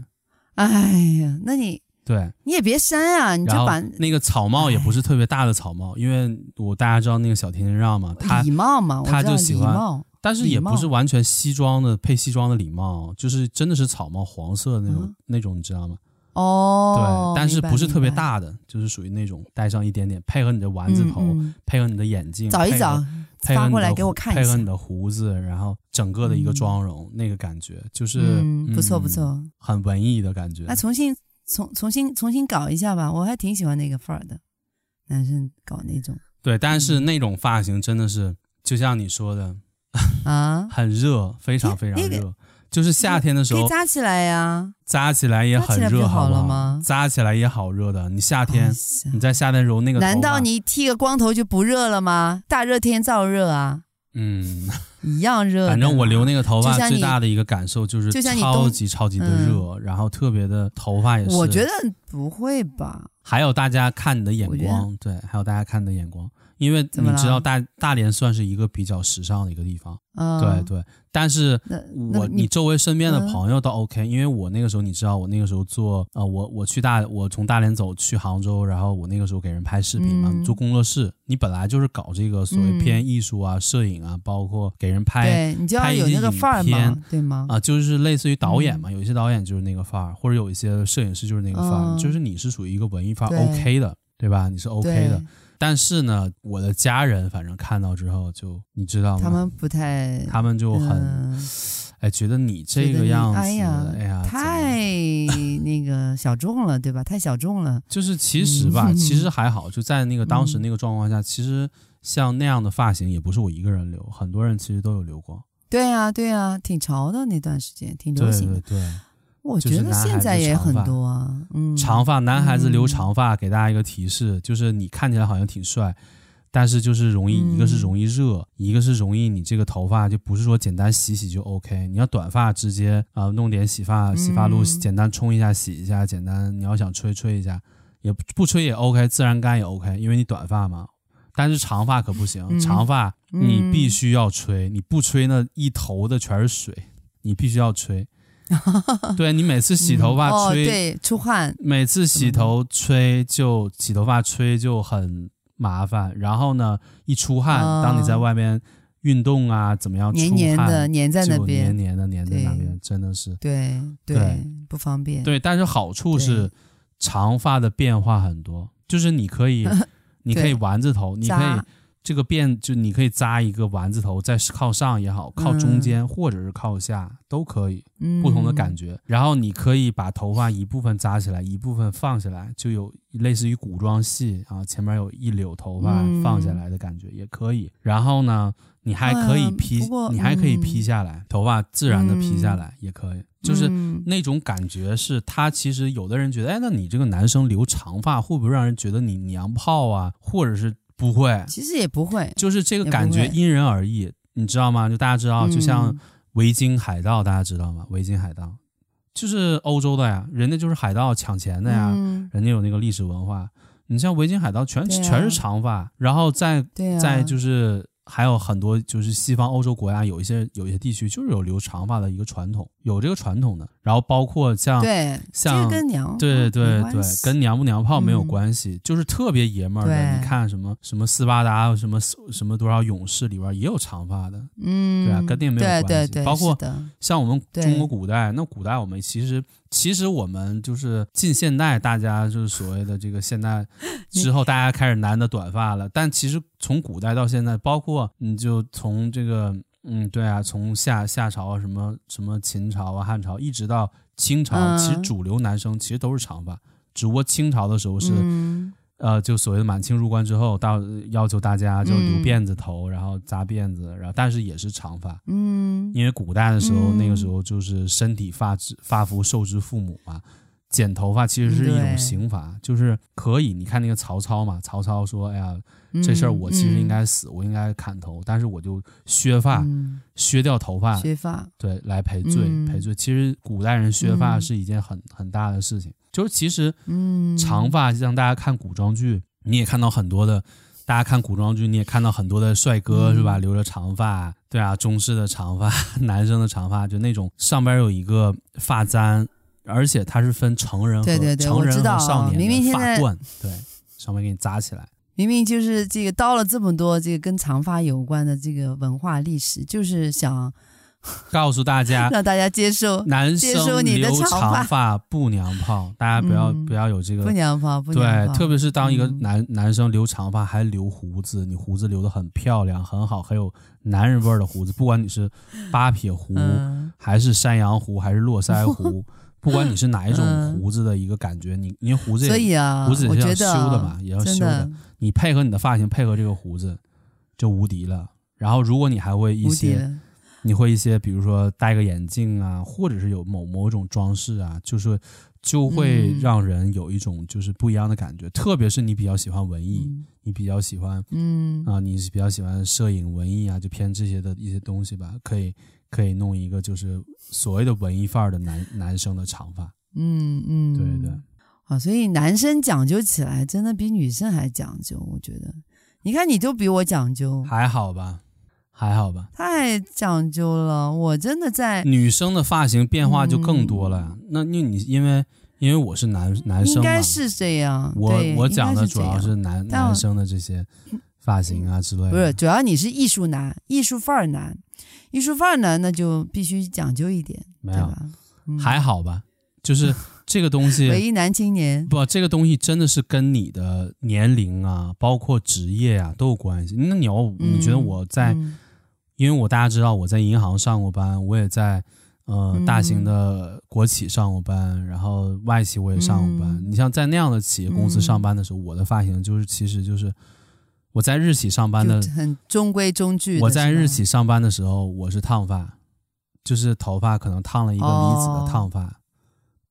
哎呀，那你对，你也别删啊，你就然后把那个草帽也不哎是特别大的草帽，因为我大家知道那个小天天让嘛，他礼貌嘛，我他知道就喜礼欢貌但是也不是完全西装的配西装的礼帽，就是真的是草帽，黄色的那种、嗯那种，你知道吗？对，哦，但是明白不是特别明白大的，就是属于那种戴上一点点，配合你的丸子头，嗯嗯配合你的眼镜，找一配合找，配合发你过来的给我胡看配一合下你的胡子，然后整个的一个妆容，那个感觉就是、嗯，不错嗯不，错，很文艺的感觉那。重新重重新重新搞一下吧，我还挺喜欢那个范儿的，男生搞那种对，但嗯是那种发型真的是，就像你说的，啊，很热，非常非常那热。个就是夏天的时可以候扎起来啊呀，扎起来也扎很起来不热，就好不了吗扎起来也好热的。你夏哎天，呀你在夏天揉那个头发，难道你剃个光头就不热了吗？大热天燥热啊，嗯？一样热的。反正我留那个头就发像你最大的一个感受就是就像你冬嗯超级超级的热，然后特别的头发也是。我觉得不会吧？还有大家看你的眼我觉得光，对，还有大家看你的眼光，因为怎么你知道了大大连算是一个比较时尚的一个地方，嗯，对。对。但是那那我你你周围身边的嗯朋友都 OK，、因为我那个时候你知道，我那个时候做呃，我我去大我从大连走去杭州，然后我那个时候给人拍视频嘛，嗯做工作室，你本来就是搞这个所谓嗯偏艺术啊、摄影啊，包括给人拍。对你就要拍一有些那个影范儿嘛片，对吗？啊，就是类似于导演嗯嘛，有一些导演就是那个范儿，或者有一些摄影师就是那个范儿，嗯就是你是属于一个文艺范儿对 OK 的，对吧？你是 OK 对的。但是呢，我的家人反正看到之后就，你知道吗？他们不太，他们就很、嗯哎，觉得你觉这得个你样子，哎呀怎么太那个小众了，对吧？太小众了。就是其实吧，嗯其实还好，就在那个当时嗯那个状况下，其实像那样的发型也不是我一个人留，很多人其实都有留过。对啊，对啊，挺潮的那段时间，挺流对行对的。对，我就是觉得男孩现子在也长很发多啊，嗯，长发，男孩子留嗯长发，给大家一个提示，就是你看起来好像挺帅，但是就是容易，一个是嗯容易热，一个是容易你这个头发就不是说简单洗洗就 OK，你要短发直接啊、呃弄点洗发洗发露，嗯简单冲一下洗一下，简单你要想吹吹一下，也不不吹也 OK，自然干也 OK，因为你短发嘛。但是长发可不行，嗯长发你必嗯须要吹，你不吹那一头的全是水，你必须要 吹。对你每次洗头发哦，吹、对，出汗，每次洗头嗯吹就洗头发吹就很麻烦，然后呢，一出汗，哦当你在外面运动啊，怎么样，黏黏出汗的粘在那就黏边，黏的黏在那边对，真的是对对不方便。对。但是好处是长发的变化很多，就是你可 以，你可以丸子头，你可以扎这个变就你可以扎一个丸子头，在靠上也好，靠嗯中间、或者是靠下都可以。不同的感觉。觉。然后你可以把头发一部分扎起来，一部分放下来，就有类似于古装戏啊，前面有一绺头发嗯放下来的感觉，也可以。然后呢，你还可以嗯披不，过你还可以嗯披下来，头发自然的披下来也可以，就是。嗯那种感觉是，他其实有的人觉得，哎，那你这个男生留长发会不会让人觉得你娘炮啊？或者是不会，其实也不会，就是这个也不感觉会因人而异，你知道吗？就大家知啊道，就像嗯维京海盗，大家知道吗？维京海盗就是欧洲的呀，人家就是海盗抢钱的呀，嗯人家有那个历史文化。你像维京海盗全、对啊全是长发，然后再、对啊，再就是还有很多就是西方欧洲国家有一些有一些地区就是有留长发的一个传统，有这个传统的。然后包括像对，像这个跟娘对对没关对，系跟娘不娘炮没有嗯关系，就是特别爷们儿的。对你看什么什么斯巴达，什么什么多少勇士里边也有长发的。嗯对啊跟那个没有关对系对对，包括是的像我们对中国古代，那古代我们其实其实我们就是近现代，大家就是所谓的这个现 代之后，大家开始男的短发了。但其实从古代到现在，包括你就从这个嗯，对啊，从夏夏朝啊，什么什么秦朝啊、汉朝，一直到清朝，嗯其实主流男生其实都是长发，只不过清朝的时候是、嗯呃，就所谓的满清入关之后，到呃要求大家就留嗯辫子头，然后扎辫子，然后但是也是长发。嗯因为古代的时候，嗯那个时候就是身体发之发肤受之父母嘛，剪头发其实是一种对刑罚，就是可以。你看那个曹操嘛，曹操说：“哎呀，嗯这事儿我其实应该死，我应该砍头，但是我就削发，嗯削掉头发嗯，学法对，来赔罪，嗯赔罪。其实古代人削发嗯是一件很很大的事情，就是其实嗯长发，像大家看古装剧，你也看到很多的，大家看古装剧，你也看到很多的帅哥、嗯是吧？留着长发，对啊，中式的长发， 男生的长发，就那种上边有一个发簪，而且它是分成人和对对对成我人知道和少明年明的现发在冠，对，上面给你扎起来，明明就是这个叨了这么多这个跟长发有关的这个文化历史，就是啊想告诉大 家。让大家接受男接受生你的留长发长发不娘炮，大家不要、嗯不要有这个不娘炮，不娘对，炮，特别是当一个嗯男、男生留长发还留胡子，你胡子留的很漂亮，很好，很有男人味儿的胡子，不管你是八撇胡、嗯还是山羊胡还是络腮 胡，不管你是哪一种嗯胡子的一个感觉，你你胡子也所以啊，胡子也我是要觉修得啊的嘛也要真修的的你配合你的发型，配合这个胡子就无敌了。然后如果你还会一无敌些，了。你会一些，比如说戴个眼镜啊，或者是有某某种装饰啊，就是。就会嗯让人有一种就是不一样的感觉，特别是你比较喜欢文艺，嗯你比较喜欢嗯啊，你是比较喜欢摄影、文艺啊，就偏这些的一些东西吧，可以可以弄一个就是所谓的文艺范儿的男男生的长发，嗯嗯，对对对啊，所以男生讲究起来真的比女生还讲究，我觉得。你看，你就比我讲究，还好吧，还好吧。太讲究了。我真的在，女生的发型变化就更多了呀，那那你因为因为我是男男生嗯应嘛该，是这样。我对我应该讲的是主要这样是男但男生的这些发型啊之类的，不是，主要你是艺术男、艺术范儿男，艺术范儿男那就必须讲究一点，没对有吧？嗯、还好吧，就是这个东 西文艺男青年，不，这个东西真的是跟你的年龄啊，包括职业啊都有关系。那你要，你觉得嗯我在，嗯因为我大家知道我在银行上过班，我也在呃大型嗯的国企上过班，然后外企我也上过班。嗯你像在那样的企业公司嗯上班的时候，我的发型就是其实就是我在日企上班的，就很中规中矩的是吧。我在日企上班的时候我是烫发，就是头发可能烫了一个离子哦的烫发，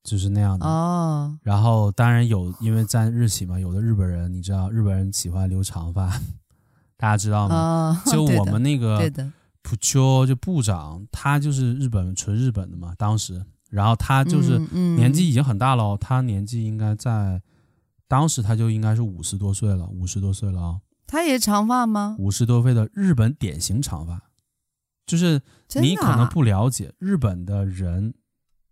就是那样的。哦，然后当然有，因为在日企嘛，有的日本人你知道，日本人喜欢留长发， 大家知道吗？哦， 啊就 对我的们那个对的，普丘就部长，他就是日本纯日本的嘛，当时，然后他就是嗯嗯年纪已经很大了哦，他年纪应该在当时他就应该是五十多岁了，五十多岁了啊，他也长发吗？五十多岁的日本典型长发，就是真的、啊，你可能不了解日本的人，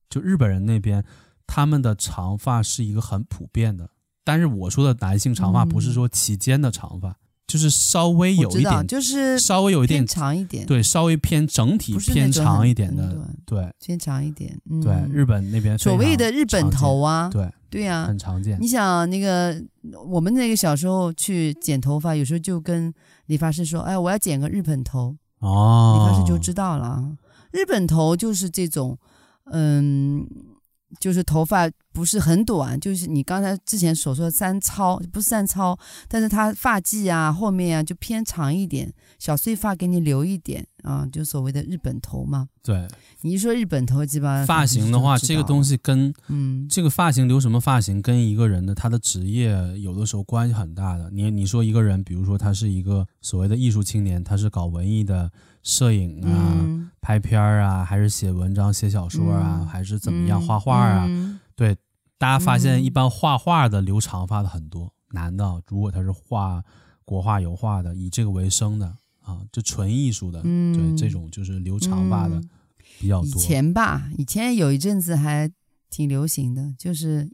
就日本人那边，他们的长发是一个很普遍的。但是我说的男性长发，嗯不是说齐肩的长发，就是稍微有我一知道，点，就是稍微有一点偏，长一点，，对，稍微偏整体不是那偏种长很一点很的短，对偏长一点。嗯、对，日本那边所非谓常的日本常见头啊，对对呀、很常见你，想那个，我们那个小时候去剪头发，有时候就跟理发师说：“哎，我要剪个日本头。”理发哦，师就知道了啊。日本头就是这种，嗯，就是头发不是很短，就是你刚才之前所说的三糙，不是三糙，但是它发髻啊后面啊就偏长一点，小碎发给你留一点啊，就所谓的日本头嘛。对你一说日本头，基本上发型的话，这个东西，西跟嗯，这个发型留什么发型，跟一个人的他的职业有的时候关系很大的。你你说一个人，比如说他是一个所谓的艺术青年，他是搞文艺的，摄影啊、嗯，拍片儿啊，还是写文章、写小说啊，嗯还是怎么样嗯画画啊？嗯对，大家发现嗯一般画画的留长发的很多，男的，如果他是画国画、油画的，以这个为生的啊，就纯艺术的，嗯对这种就是留长发的嗯比较以多。前吧，以前有一阵子还挺流行的，就是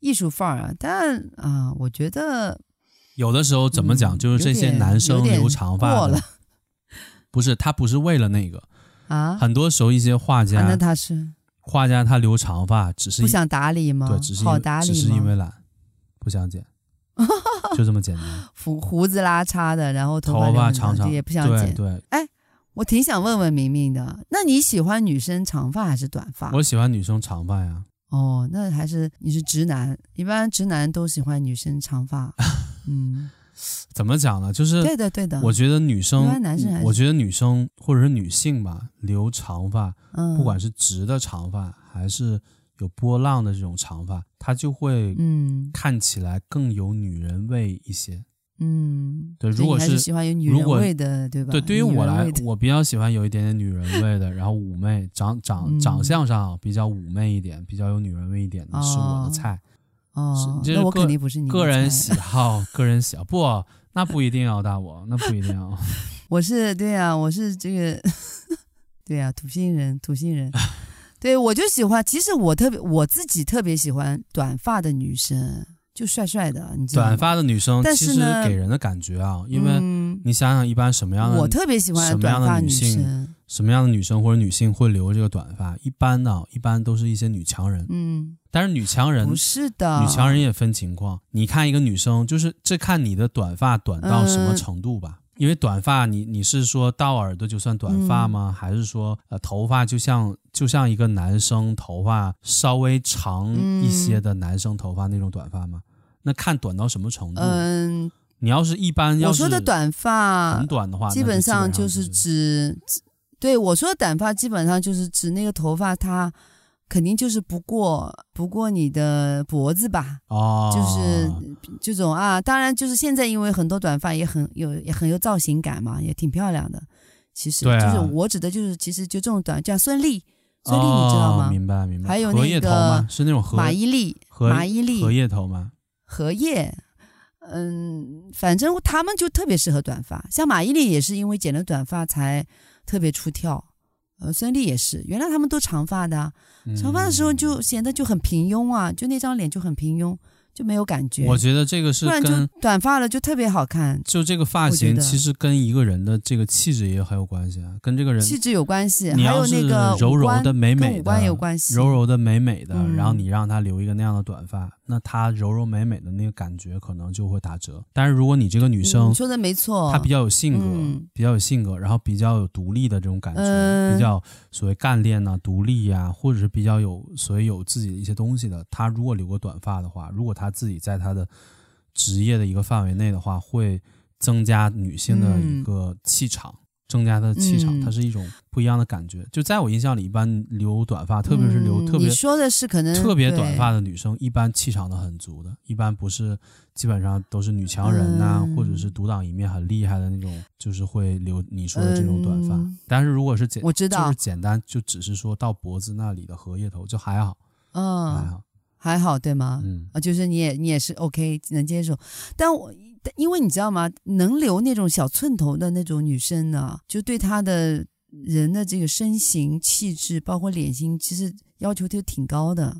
艺术范儿啊。但啊、我觉得有的时候怎么讲，嗯就是这些有点男生有点留长发过的了，不是他不是为了那个，啊，很多时候一些画啊那家，他是画家他留长发只是不想打理吗？对，只是因好为打理只是吗？因为懒，不想 剪，就这么简单。胡胡子拉碴的，然后头头发发长长也不想对剪。对，我挺想问问明明的，那你喜欢女生长发还是短发？我喜欢女生长发呀，哦，那还是你是直男，一般直男都喜欢女生长发。 嗯，怎么讲呢？就是对的，对的。我觉得女一生般男生还，是我觉得女生或者是女性吧，留长发，嗯，不管是直的长发还是有波浪的这种长发，它就会嗯看起来更有女人味一些。嗯，对所以如果你还是是喜欢有女如人果味的，对吧？对，对于我女人来味，的我比较喜欢有一点点女人味的，然后妩媚，长长嗯长相上啊比较妩媚一点，比较有女人味一点的是我的哦菜。哦，这是那我个肯定不是你的个人菜喜好，个人喜好不，那不一定要大我，那不一定啊 要。我是对啊，我是这个，对啊，土星人，土星 人，对我就喜欢。其实我特别，我自己特别喜欢短发的女生，就帅帅的，你知道吗短，发的女生但其是实呢给人的感觉啊，因为嗯你想想，一般什么样我的特别喜欢什么样短的发女性生，什么样的女生或者女性会留这个短发？一般呢、一般都是一些女强人，嗯，但是女强人不是的，女强人也分情况，你看一个女生，就是这看你的短发短到什嗯么程度吧。因为短发你，你是说到耳朵就算短发嗯吗？还是说呃头发就像就像一个男生头发稍微长一些的男生头发那种短发吗？那看短到什么程度。嗯，你要是一般要我是嗯说的短发很，短的话，基那本本上就就是是指，对我说的短发基本上就是指那个头发它。肯定就是不过不过你的脖子吧，哦，就是这种啊，当然就是现在因为很多短发也很有也很有造型感嘛，也挺漂亮的。其实、对啊就是我指的就是其实就这种短，叫孙俪，孙俪你知道哦吗？明白明白。还有荷那叶头个吗？是那种荷马伊琍，荷马伊荷琍，叶头吗？荷叶，嗯，反正他们就特别适合短发。像马伊琍也是因为剪了短发才特别出挑，呃，孙俪也是，原来他们都长发的啊，长发的时候嗯就显得就很平庸啊，就那张脸就很平庸，就没有感觉。我觉得这个是突然就跟短发了，就特别好看，就这个发我觉型，得其实跟一个人的这个气质也很有关系啊，跟这个人气质有关系，你还要有是那个柔五柔官的、美美跟五的官，有关系。柔柔的、美美的，嗯然后你让他留一个那样的短发，那他柔柔美美的那个感觉可能就会打折。但是如果你这个女嗯生你，说的没错，她比较有性格，嗯比较有性格，然后比较有独立的这种感觉，嗯比较所谓干练呐、独立呀、或者是比较有所谓有自己的一些东西的，她如果留个短发的话，如果她自己在她的职业的一个范围内的话，会增加女性的一个气场。增加她的气场，嗯它是一种不一样的感觉。就在我印象里，一般留短发，特别是留嗯特别你说的是可能特别短发对的女生，一般气场都很足的，一般不是基本上都是女强人呐、嗯或者是独当一面很厉害的那种，就是会留你说的这种短发。嗯但是如果是简，我知道就是简单，就只是说到脖子那里的荷叶头就还好，还嗯，好，还好对吗？嗯，啊，就是你也你也是 OK 能接受，但我但因为你知道吗，能留那种小寸头的那种女生呢，就对她的人的这个身形、气质，包括脸型，其实要求都挺高的。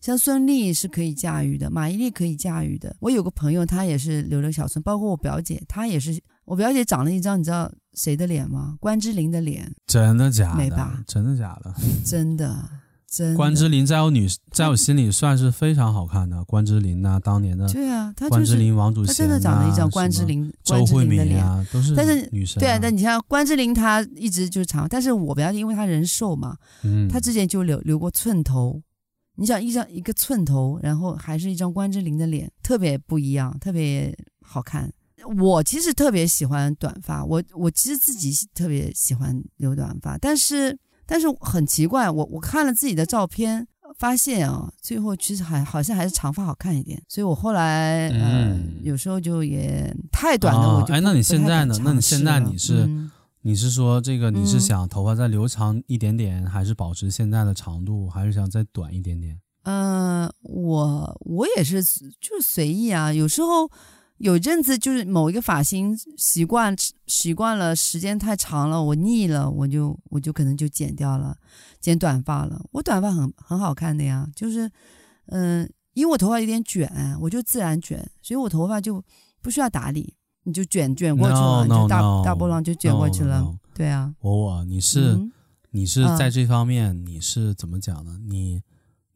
像孙俪是可以驾驭的，马伊琍可以驾驭的。我有个朋友，她也是留了小寸，包括我表姐，她也是。我表姐长了一张，你知道谁的脸吗？关之琳的脸，真的假美的吧？真的假的？真的，真的。关之琳在我 女在我心里算是非常好看的，关之琳呐、当年的对啊，她关就之是琳、王祖她贤、呐，真的长了一张关之什么琳，关周之慧琳的敏脸。啊，都是但是女神、对啊，但你像关之琳，她一直就是长，但是我表姐因为她人瘦嘛，嗯，她之前就留留过寸头。你想一张一个寸头，然后还是一张关之琳的脸，特别不一样，特别好看。我其实特别喜欢短发，我我其实自己特别喜欢留短发，但是但是很奇怪，我我看了自己的照片，发现啊，最后其实还好像还是长发好看一点，所以我后来、嗯呃有时候就也太短了，哦我就不哎那你不现太在敢呢那尝你现试在了你是嗯你是说这个？你是嗯想头发再留长一点点，还是保持现在的长度，还是想再短一点点？呃嗯，我我也是就随意啊，有时候有阵子就是某一个发型习惯习惯了，时间太长了，我腻了，我就我就可能就剪掉了，剪短发了。我短发很很好看的呀，就是嗯、呃，因为我头发有点卷，我就自然卷，所以我头发就不需要打理，你就卷卷过去 No, 了 no, 就大 no. 大波浪就卷过去了。 No, no, no. 对啊，我我你是、嗯你是嗯在这方面、你是怎么讲呢？你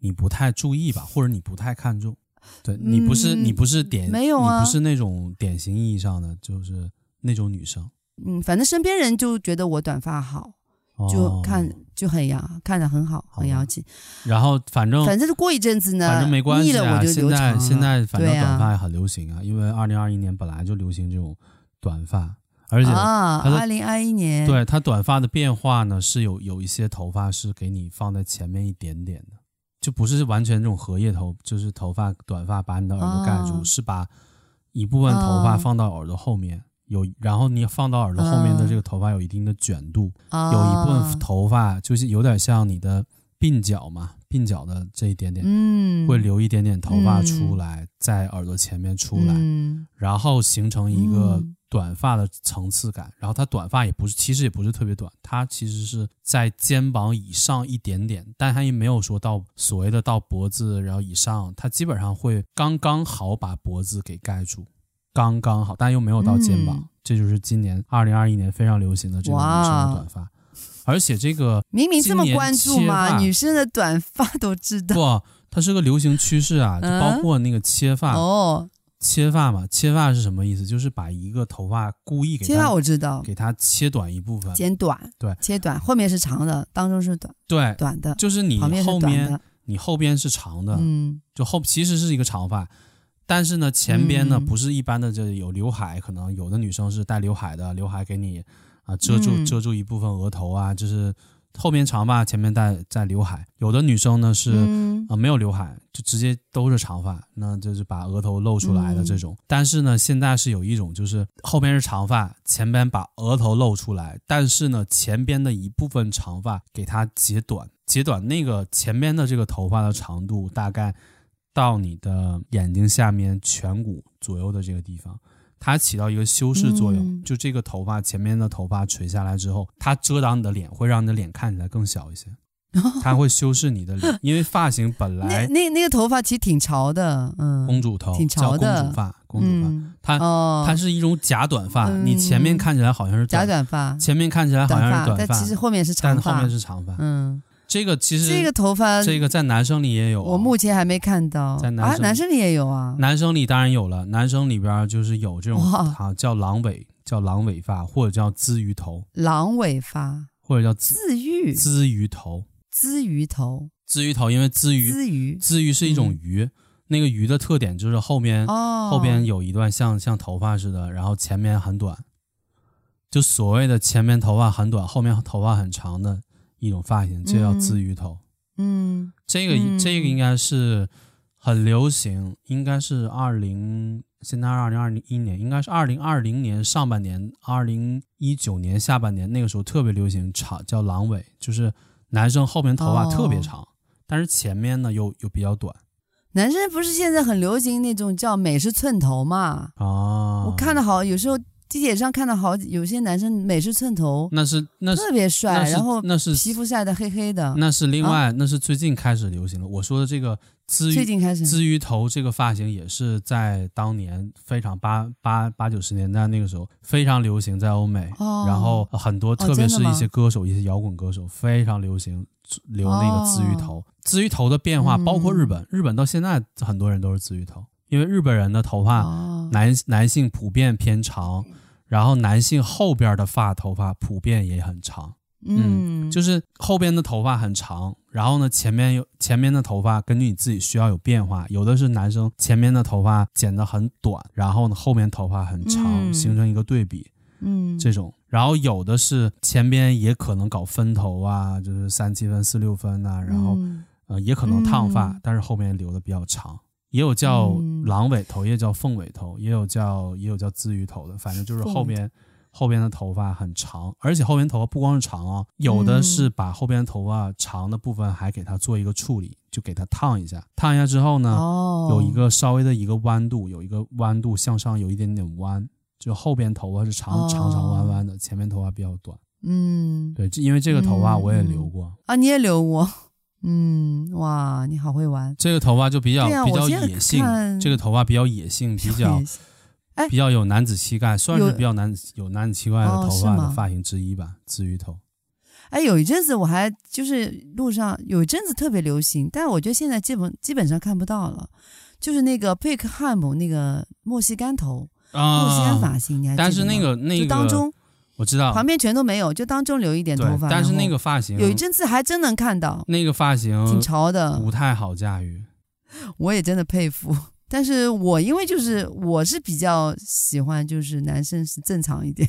你不太注意吧，或者你不太看重？对你不是、嗯你不是典没有啊你不是那种典型意义上的就是那种女生，嗯，反正身边人就觉得我短发好，哦、就看、就很洋，看着很好，好吧很洋气。然后反正反正过一阵子呢，嗯反正没关系腻了啊。我就现留长在了。现在反正对短啊发也很流行啊，因为二零二一年本来就流行这种短发，而且、啊，它的二零二一年，对它短发的变化呢，是有有一些头发是给你放在前面一点点的，就不是完全这种荷叶头，就是头发短发把你的耳朵盖住，哦是把一部分头发哦放到耳朵后面。有，然后你放到耳朵后面的嗯这个头发有一定的卷度，啊，有一部分头发就是有点像你的鬓角嘛，鬓角的这一点点，嗯会留一点点头发出嗯来，在耳朵前面出来，嗯然后形成一个嗯短发的层次感。然后它短发也不是，其实也不是特别短，它其实是在肩膀以上一点点，但它也没有说到所谓的到脖子，然后以上，它基本上会刚刚好把脖子给盖住，刚刚好，但又没有到肩膀。嗯这就是今年二零二一年非常流行的这种女生的哇哦短发，而且这个明明这么关今注年切嘛，发女生的短发都知道不，它是个流行趋势啊，就包嗯括那个切发。哦。切发嘛，切发是什么意思？就是把一个头发故意给切发它我知道，给它切短一部分。剪短，对切短，后面是长的，当中是短对，短的，就是你旁边后是短面的，你后边是长的，嗯就后其实是一个长发，但是呢前边呢、嗯不是一般的，这有刘海，可能有的女生是带刘海的，刘海给你啊遮住、嗯遮住一部分额头啊，就是后边长发，前面带带刘海。有的女生呢是。嗯啊、没有刘海，就直接都是长发，那就是把额头露出来的嗯这种。但是呢，现在是有一种，就是后边是长发，前边把额头露出来，但是呢，前边的一部分长发给它截短，截短那个前边的这个头发的长度大概到你的眼睛下面颧骨左右的这个地方。它起到一个修饰作用，嗯就这个头发前面的头发垂下来之后，它遮挡你的脸，会让你的脸看起来更小一些。它会修饰你的 脸，因为发型本那来那那个头发其实挺潮的，嗯，公主头挺叫潮公的主发，公主发，嗯它哦，它是一种假短发，嗯你前面看起来好像是假，短发，前面看起来好像是发，短但其实发，后面是但长后发面，是长发。嗯，这个其实这个头发这个在男生里也有哦，我目前还没看到在男啊，生男生里也有啊，男生里当然有了，男生里边就是有这种哇啊叫狼尾，叫狼尾发，或者叫鲻鱼头，狼尾发、或者叫鲻自愈、鲻鱼头，鲻鱼头、鲻鱼头，因为鲻鱼鲻鱼鲻鱼是一种鱼，那个鱼的特点就是后面、嗯哦，后边有一段像像头发似的，然后前面很短，就所谓的前面头发很短，后面头发很长的一种发型，这叫嗯鲻鱼头。嗯这个、嗯这个应该是很流行，应该是二零现在二零二零一年，应该是二零二零年上半年，二零一九年下半年那个时候特别流行长叫狼尾，就是男生后面头发哦特别长，但是前面呢又又比较短男生不是现在很流行那种叫美式寸头嘛？啊。我看到好有时候地铁上看到好有些男生美式寸头那是那是特别那帅，是然后那是皮肤晒得黑黑的。那是另外、那是最近开始流行了。我说的这个鲻最鱼近开嗯始鲻鱼头这个发型也是在当年非常八八八九十年代那个时候非常流行在欧美，哦然后很多特别是一些歌手、一些摇滚歌手非常流行留那个鲻鱼头。鲻鱼头的变化哦嗯包括日本，日本到现在很多人都是鲻鱼头，因为日本人的头发、哦，嗯男男性普遍偏长，然后男性后边的发头发普遍也很长。嗯嗯，就是后边的头发很长，然后呢，前面有前面的头发根据你自己需要有变化，有的是男生前面的头发剪得很短，然后呢后面头发很长，嗯形成一个对比嗯这种，然后有的是前边也可能搞分头啊，就是三七分、四六分呐、然后、嗯呃也可能烫发，嗯但是后面留的比较长。也有叫嗯狼尾头，也有叫凤尾头，也有叫也有叫鲻鱼头的，反正就是凤尾后边后边的头发很长，而且后边头发不光是长啊，有的是嗯把后边头发长的部分还给它做一个处理，就给它烫一下，烫一下之后呢，哦，有一个稍微的一个弯度，有一个弯度向上有一点点弯，就后边头发是长、哦长长弯弯的，前面头发比较短。嗯对，这因为这个头发嗯我也留过，啊，你也留我，嗯哇，你好会玩，这个头发就比较、对啊比较我现在野性，看这个头发比较野性，比较也是 哎比较有男子气概，算是有比较男子有男子气概的哦头是发的吗发型之一吧，鲻鱼头。哎，有一阵子我还就是路上有一阵子特别流行，但我觉得现在基本基本上看不到了，就是那个贝克汉姆那个莫西干头、莫西干啊，发型，你还记得但是那吗个那哦就当个中我知道，旁边全都没有，就当中留一点对头发，，但是然那后个嗯发型有一阵子还真能看到，那个发挺型潮的不，太好驾驭。我也真的佩服。 但是我因为就是我是比较喜欢，就是男生是正常一点，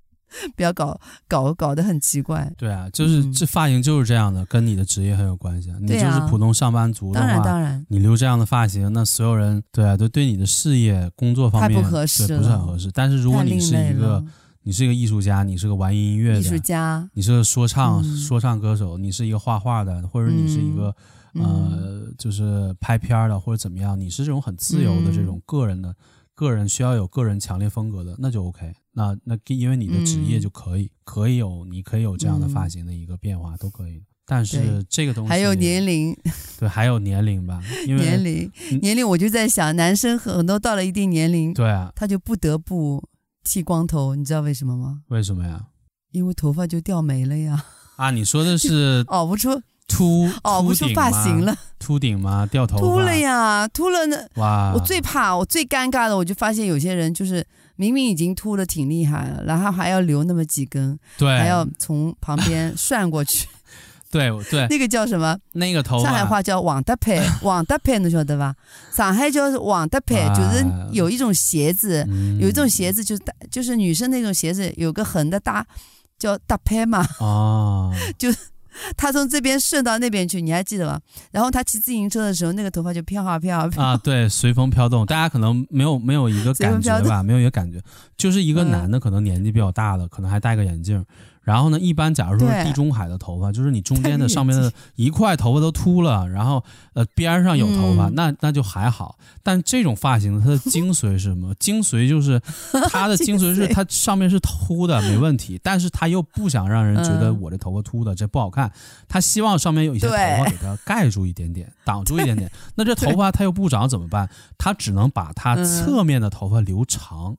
不要搞搞搞得很奇怪。对啊，就是、嗯这发型就是这样的，跟你的职业很有关系啊。你对就啊是普通上班族的当然话，当然，你留这样的发型，那所有人对啊，都对你的事业、工作方面太不合适对了不是很合适。但是如果太你另是类一个了你是一个艺术家，你是个玩音乐艺术的，家，你是个说唱、嗯说唱歌手，你是一个画画的，或者你是一个、嗯呃，就是拍片儿的或者怎么样，你是这种很自由的嗯这种个人的。个人需要有个人强烈风格的，那就 OK 那。那因为你的职业嗯就可以，可以有你可以有这样的嗯发型的一个变化，都可以。但是对这个东西还有年龄，对还有年龄吧，因为年龄嗯，年龄，我就在想，男生很多到了一定年龄，对啊，他就不得不剃光头，你知道为什么吗？为什么呀？因为头发就掉没了呀， 哦啊，你说的 是熬不出秃熬不秃出顶哦发吗型了，秃顶吗？掉头发？秃了呀，秃了呢。哇！我最怕，我最尴尬的，我就发现有些人就是明明已经秃的挺厉害了，然后还要留那么几根，对，还要从旁边涮过 去，对我对那个叫什么？那个头发，上海话叫“网 搭配”，网搭配，你晓得吧？上海叫“网搭配”，就是啊有一种鞋子，嗯有一种鞋子就是搭，就是女生那种鞋子有个横的搭。叫搭配嘛， 哦，她从这边顺到那边去，你还记得吧？然后她骑自行车的时候，那个头发就飘啊飘啊飘，啊，对，随风飘动，大家可能没有没有一个随风感觉飘吧，没有一个感觉，就是一个嗯男的可能年纪比较大了，可能还戴个眼镜。然后呢，一般假如说是对地中海的头发，就是你中间戴个的眼上面的一块头发都秃了，然后呃边儿上有头发，嗯那那就还好。但这种发型它的精髓是什么？精髓 就是它的精精髓是髓它上面是秃的，没问题，但是他又不想让人觉得嗯我这头发秃的这不好看，他希望上面有一些头发对给它盖住一点点，挡住一点点。那这头发它又不长怎么办？他只能把它嗯侧面的头发留长，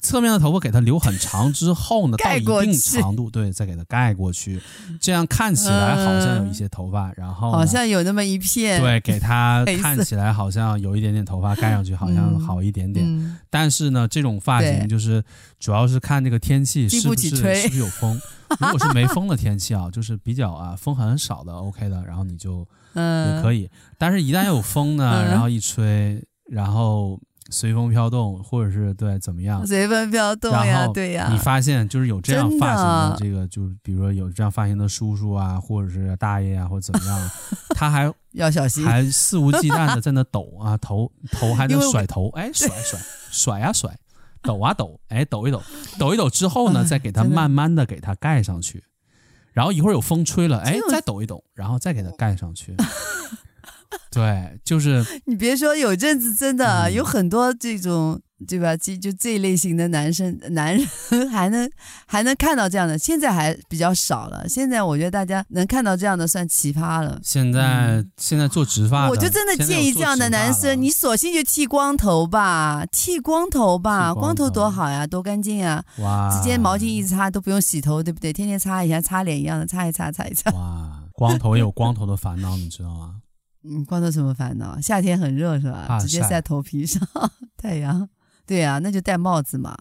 侧面的头发给它留很长之后呢，到 盖一过定去嗯长度，对，再给它盖过去，这样看起来好像有一些头发，然后呢好像有那么一片。哦对，给它黑色看起来好像有一点点头发盖上去，好像嗯好一点点。嗯，但是呢，这种发型对就是主要是看这个天气经是不不是起是不吹 是有风。如果是没风的天气啊，就是比较啊风很少的 OK 的，然后你就也嗯，可以。但是，一旦有风呢，嗯然后一吹，然后随风飘动，或者是对怎么样，随风飘动啊然呀，后对呀，你发现就是有这样真的发型的这个，就是比如说有这样发型的叔叔啊，或者是大爷啊，或者怎么 样，他还要小心。还肆无忌惮的在那抖啊， 头头还能因为我甩头，哎，甩甩甩呀、甩，抖啊抖，哎，抖一抖，抖一抖之后呢，哎再给它真的慢慢的给它盖上去，然后一会儿有风吹了，哎这，种再抖一抖，然后再给它盖上 去。对，就是你别说，有阵子真的、啊嗯有很多这种，对吧？就就这一类型的男生、男人 还能还能看到这样的，现在还比较少了。现在我觉得大家能看到这样的算奇葩了。现在、现在做直发的，嗯我就真的现在有建议做这样的直发男生，你索性就剃光头吧，剃光头吧，剃光光头头啊多好呀，多干净呀！哇，直接毛巾一擦都不用洗头，对不对？天天擦一下，擦脸一样的，擦一擦，擦一擦。哇，光头也有光头的烦恼，你知道吗？嗯，光头什么烦恼？夏天很热是吧怕？直接晒晒头皮上，太阳。对呀、那就戴帽子嘛。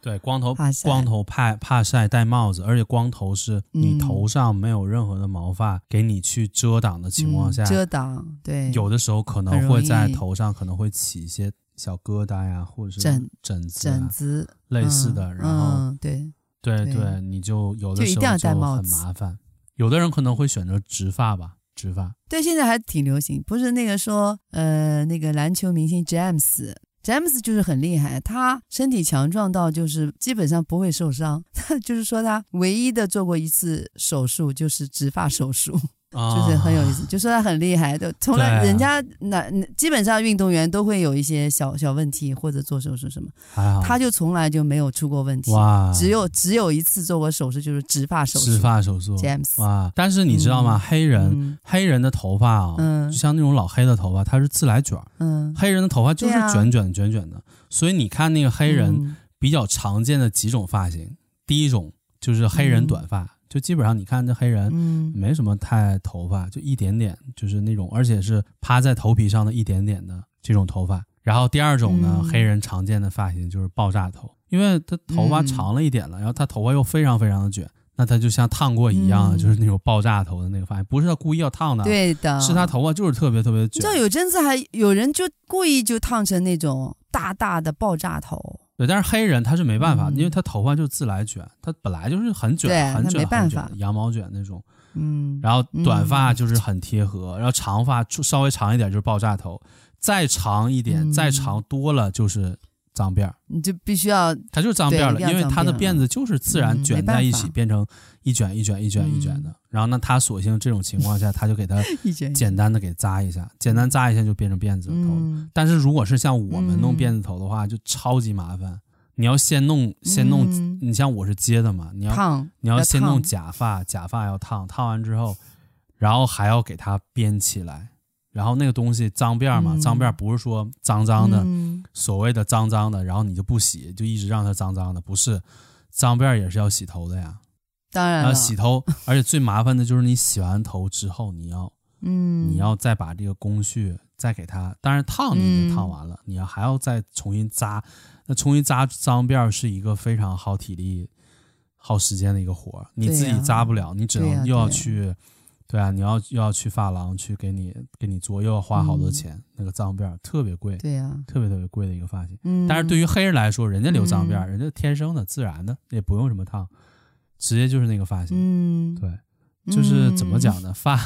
对，光头怕晒光头怕怕晒，戴帽子，而且光头是你嗯头上没有任何的毛发给你去遮挡的情况下，嗯、遮挡，对，有的时候可很能容会易在头上可能会起一些小疙瘩呀，或者是疹疹子啊、疹子类似的，嗯然后、嗯、对，对对对，你就有的就时一定候要戴就帽很子麻烦。有的人可能会选择直发吧，直发。对，现在还挺流行，不是那个说呃那个篮球明星詹姆斯，詹姆斯就是很厉害，他身体强壮到就是基本上不会受伤。 他就是说他唯一的做过一次手术就是植发手术，啊就是很有意思，就说他很厉害的。从对来啊人家哪基本上运动员都会有一些小小问题或者做手术什么，还好他就从来就没有出过问题，哦哇，只有只有一次做过手术就是植发手植术。发手术 James，哇！但是你知道吗？嗯黑人嗯黑人的头发啊，嗯就像那种老黑的头发，它是自来卷儿。嗯，黑人的头发就是对啊卷卷卷卷的，所以你看那个黑人嗯比较常见的几种发型，第一种就是黑人短发，就基本上你看这黑人嗯没什么太头发，就一点点，就是那种，而且是趴在头皮上的一点点的这种头发。然后第二种呢，嗯黑人常见的发型就是爆炸头，因为他头发嗯长了一点了，然后他头发又非常非常的卷，那他就像烫过一样，嗯就是那种爆炸头的那个发型，不是他故意要烫的，啊对啊的，是他头发就是特别特别你卷知。道有阵子还有人就故意就烫成那种大大的爆炸头，对，但是黑人他是没办法，嗯因为他头发就自来卷，他本来就是很卷，对很他卷，没办很卷法的羊毛卷那种。嗯，然后短发嗯就是很贴合，然后长发就稍微长一点就是爆炸头，再长一点，嗯再长多了就是脏辫儿，你就必须要它就是脏辫儿了，对一定要因为它的脏辫儿辫子就是自然嗯卷没办在一法嗯起，变成一卷一卷一卷一卷的。然后呢，他索性这种情况下，他就给它一卷简单的给扎一下，简单扎一下就变成辫子头了。嗯，但是如果是像我们弄嗯辫子头的话，就超级麻烦。你要先弄，先弄，嗯你像我是接的嘛，你要烫你要先弄烫假发，假发要烫，烫完之后，然后还要给它编起来，然后那个东西脏辫儿嘛，嗯脏辫儿不是说脏脏的，嗯所谓的脏脏的，然后你就不洗，就一直让它脏脏的，不是，脏辫儿也是要洗头的呀，当然然后了，洗头，而且最麻烦的就是你洗完头之后，你要嗯，你要再把这个工序再给它，当然烫你已经嗯烫完了，你要还要再重新扎，那重新扎脏辫儿是一个非常耗体力、耗时间的一个活儿，你对自己呀扎不了，你只对呀能又要对呀去，对啊你要又要去发廊去给你给你做，又要花好多钱，那个脏辫儿特别贵，嗯对呀，特别特别贵的一个发型。嗯，但是对于于黑人来说，人家留脏辫儿，人家天生的、自然的，也不用什么烫，直接就是那个发型。嗯，对，对就是怎嗯么，讲呢？发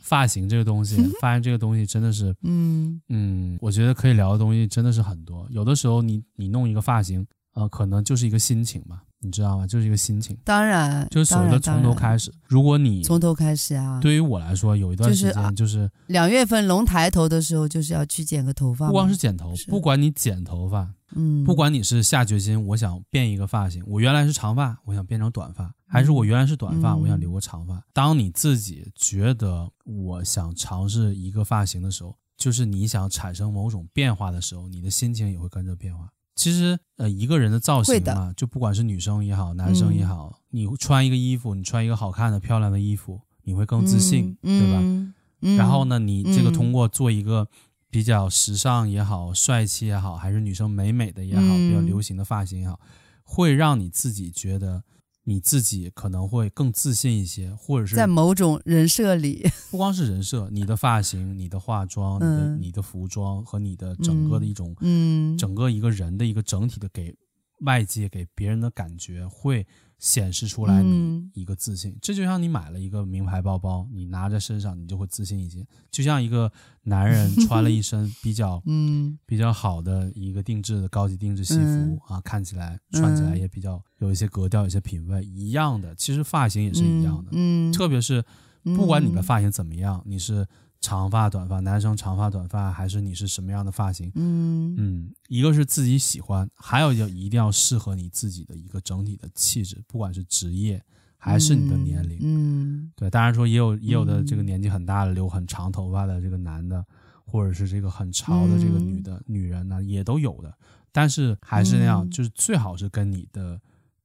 发型这个东 西，发型这个东西真的是，嗯嗯，我觉得可以聊的东西真的是很多。有的时候你你弄一个发型，呃，可能就是一个心情吧，你知道吗？就是一个心情，当然就是所谓的当从然头当然开始。如果你从头开始啊，对于我来说，有一段就时是啊间就是两月份龙抬头的时候就是要去剪个头发嘛，不光是剪头，是不管你剪头发，嗯，不管你是下决心，我想变一个发型，我原来是长发，我想变成短发，还是我原来是短发，嗯我想留个长发。当你自己觉得我想尝试一个发型的时候，就是你想产生某种变化的时候，你的心情也会跟着变化。其实，呃，一个人的造型会嘛的，嗯就不管是女生也好，男生也好，你穿一个衣服，你穿一个好看的、漂亮的衣服，你会更自信，嗯对吧？？嗯然后？呢，你这个嗯通过做一个比较时尚也好、帅气也好，还是女生美美的也好，比较嗯流行的发型也好，会让你自己觉得你自己可能会更自信一些，或者是在某种人设 里，不光是人设，你的发型、你的化妆、你的嗯你的服装和你的整个的一种、嗯，整个一个人的一个整体的给外界给别人的感觉，会显示出来你嗯一个自信。这就像你买了一个名牌包包，你拿在身上，你就会自信一些。就像一个男 人穿了一身比较嗯比较好的一个定制的高级定制西服、嗯啊，看起来穿起来嗯也比较有一些格调，有一些品味一样的。其实发型也是一样的，嗯，特别是不管你的嗯，发型怎么样，你是长发、短发，男生长发、短发，还是你是什么样的发型，嗯嗯，一个是自己喜欢，还有要一定要适合你自己的一个整体的气质，不管是职业还是你的年龄。嗯，对，当然说也有也有的这个嗯年纪很大的留很长头发的这个男的，或者是这个很潮的这个嗯女的、女人呢，也都有的。但是还是那样，嗯就是最好是跟你的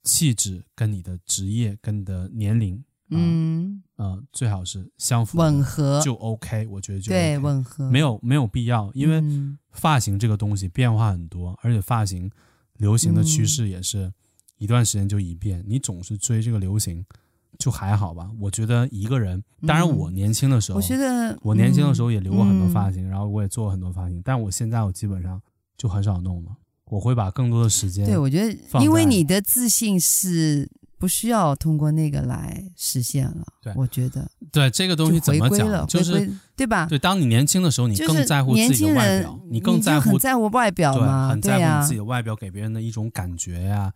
气质、跟你的职业、跟你的年龄，啊、嗯，呃，最好是相符的吻合，就 OK，我觉得就 OK, 对，吻合，没有没有必要，因为、嗯发型这个东西变化很多，而且发型流行的趋嗯势也是一段时间就一变。你总是追这个流行，就还好吧。我觉得一个人，当然嗯我年轻的时候，我觉得我年轻的时候嗯也留过很多发型，然后我也做过很多发型，但我现在我基本上就很少弄了。我会把更多的时间对，我觉得放因为在你的自信是不需要通过那个来实现了。对我觉得对这个东西怎回么归讲，了，就回是归对吧？对，当你年轻的时候，你就是更在乎年自己轻的外人表，，你更就在乎很在乎外表对，嘛，很对在乎呀你自己，的外表给别人的一种感觉呀、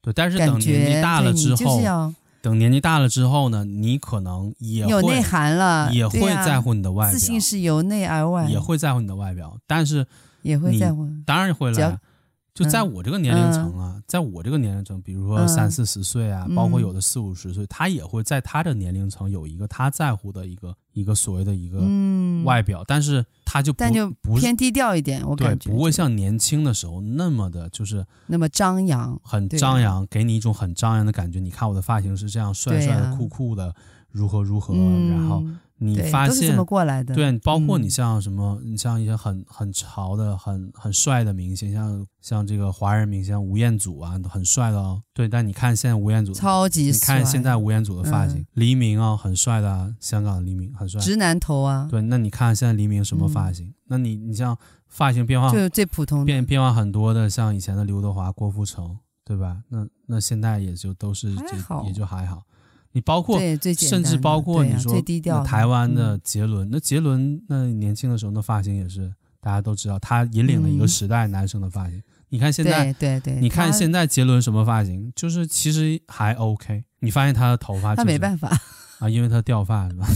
对，但是等感年纪觉大对了你之就后是，要等年纪大了之后呢，你可能也有内会涵了，也对会呀在乎你的外自信表，是由内而外，也会在乎你的外表，但是也会你在乎，当然会只要了。就在嗯我这个年龄层啊，在我这个年龄层，比如说嗯三四十岁啊，包括嗯有的四五十岁，他也会在他的年龄层有一个他在乎的一个一个所谓的一个嗯，外表，但是他就不但就不是偏低调一点，我对，感觉不会像年轻的时候那么的，就是那么张扬，很对张扬，给你一种很张扬的感觉。你看我的发型是这样，帅对帅的、啊酷酷的，如何如何。嗯，然后你对发都是这现么，过来的，对，包括嗯你像什么，你像一些很很潮的、很很帅的明星，像像这个华人明星吴彦祖啊，很帅的哦。对，但你看现在吴彦祖，超级你看帅现在吴彦祖的发型嗯，黎明啊，很帅的啊，香港的黎明很帅。直男头啊，对，那你看现在黎明什么发嗯型？那你你像发型变化就是最普通的，变变化很多的，像以前的刘德华、郭富城，对吧？那那现在也就都是还这好也就还好。你包括对，最简甚至单的包括对你呀说最低调那的台湾的嗯杰伦，那杰伦那年轻的时候那发型也是大家都知道，他引领了一个嗯时代男生的发型。你看现在，对对对，你看他现在杰伦什么发型，就是其实还 OK。你发现他的头发、就是，他没办法，啊，因为他掉发 是吧？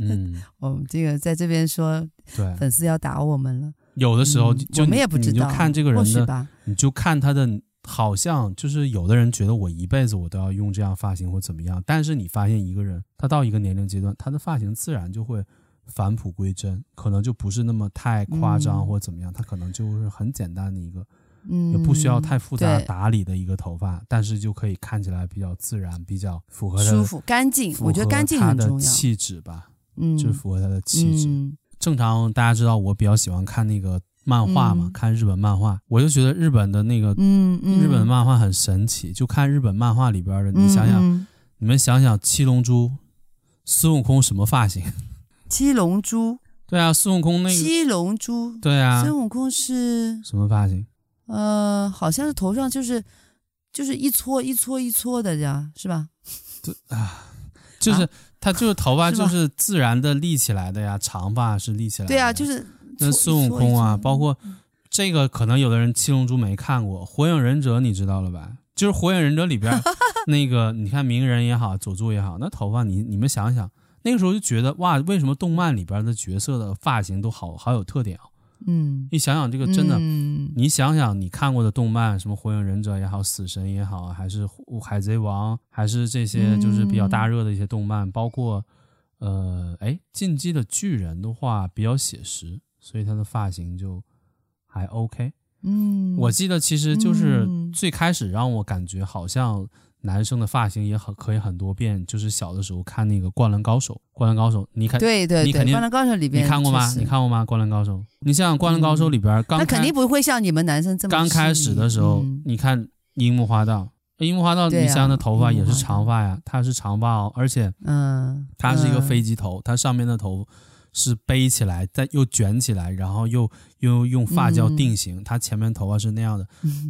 嗯，我们这个在这边说对，粉丝要打我们了，有的时候嗯就就我们你也不知你就道，看这个或人许的吧，你就看他的，好像就是有的人觉得我一辈子我都要用这样发型或怎么样，但是你发现一个人，他到一个年龄阶段，他的发型自然就会返璞归真，可能就不是那么太夸张嗯或怎么样，他可能就是很简单的一个，嗯，也不需要太复杂对打理的一个头发，但是就可以看起来比较自然，比较符合他的舒，服干净，符我觉得合干净他很的重要，气质吧，嗯，就是符合他的气质。嗯正常大家知道我比较喜欢看那个漫画嘛，嗯看日本漫画，我就觉得日本的那个嗯嗯，日本漫画很神奇，就看日本漫画里边的，你想想，嗯嗯你们想想《七龙珠》，孙悟空什么发 型？七龙珠，对啊，孙悟空那个，七龙珠，对啊，孙悟空是什么发型？呃，好像是头上就是就是一撮一撮一撮的这样，是吧？就是、啊他就是头发是吧就是自然的立起来的呀，长发是立起来的对呀。啊，就是那撮孙悟空啊，包。一撮一撮嗯括这个，可能有的人《七龙珠》没看过，《火影忍者》你知道了吧？就是《火影忍者》里边 那个，你看鸣人也好，佐助也好，那头发你你们想想，那个时候就觉得哇，为什么动漫里边的角色的发型都好好有特点啊？嗯，你想想这个真的，嗯你想想你看过的动漫，什么《火影忍者》也好，《死神》也好，还是《海贼王》，还是这些就是比较大嗯热的一些动漫，包括呃，哎，《进击的巨人》的话比较写实，所以他的发型就还 OK。嗯，我记得其实就是嗯最开始让我感觉好像男生的发型也很可以很多变，就是小的时候看那个《灌篮高手》，《灌篮高手》，你看对对你对，肯定灌篮高手》里你边看过确吗？实嗯你看过吗？《灌篮高手》，你想想《灌篮高手》里边刚那开肯定不会像你们男生这么刚开始的时候，细腻你看樱木花道，樱木花道，对啊你想想他头发也是樱木花道长发呀，他是长发哦，而且嗯，他是一个嗯飞机头，他上面的头是背起来，再又卷起来，然后又又用发胶嗯定型，他前面头发是那样的，